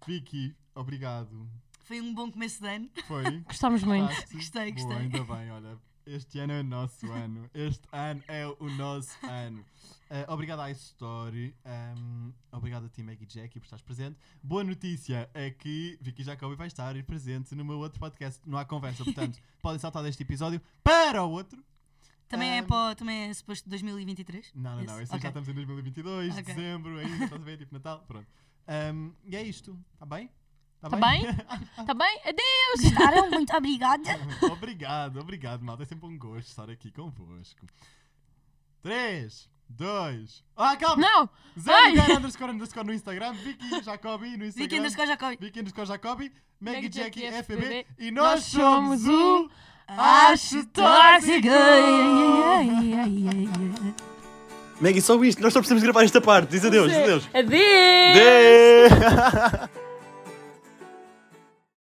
Vicky, obrigado.
Foi um bom começo de ano.
Foi.
Gostámos muito.
Gostaste? Boa,
Gostei, gostei.
ainda bem, olha. Este ano é o nosso ano. Este ano é o nosso ano. Eh, obrigado à iStory. ehm, obrigado a ti, Maggie Jackie, por estares presente. Boa notícia é que Vicky Jacobi vai estar presente no meu outro podcast. Não há conversa, portanto, podem saltar deste episódio para o outro.
Também, é
Ah.
para, o- também é suposto 2023?
Não, não, não.
Esse?
Esse aí já
Ok.
estamos em 2022,
Ok.
dezembro, ainda, estás a ver? Tipo Natal, pronto. Ahm, e é isto. Está bem? Está
Tá bem? Tá bem? Adeus!
Gostaram? Muito obrigada.
Uhum. obrigado, obrigado, malta. É sempre um gosto estar aqui convosco. 3, 2. Ah, calma!
Não!
Zé
Ai!
Nogueira underscore underscore no Instagram, Vicky Jacobi no Instagram.
Vicky underscore Jacobi.
Vicky underscore Jacobi, Maggie
Maggie
Jackie
Jackie
FBB.
FBB.
E nós
Nós somos
somos o.
Acho tóxico. Ai, ai, ai, ai, ai, ai.
Maggie, só isto. Nós só precisamos gravar esta parte. Diz adeus, diz adeus.
Adeus!
Adeus.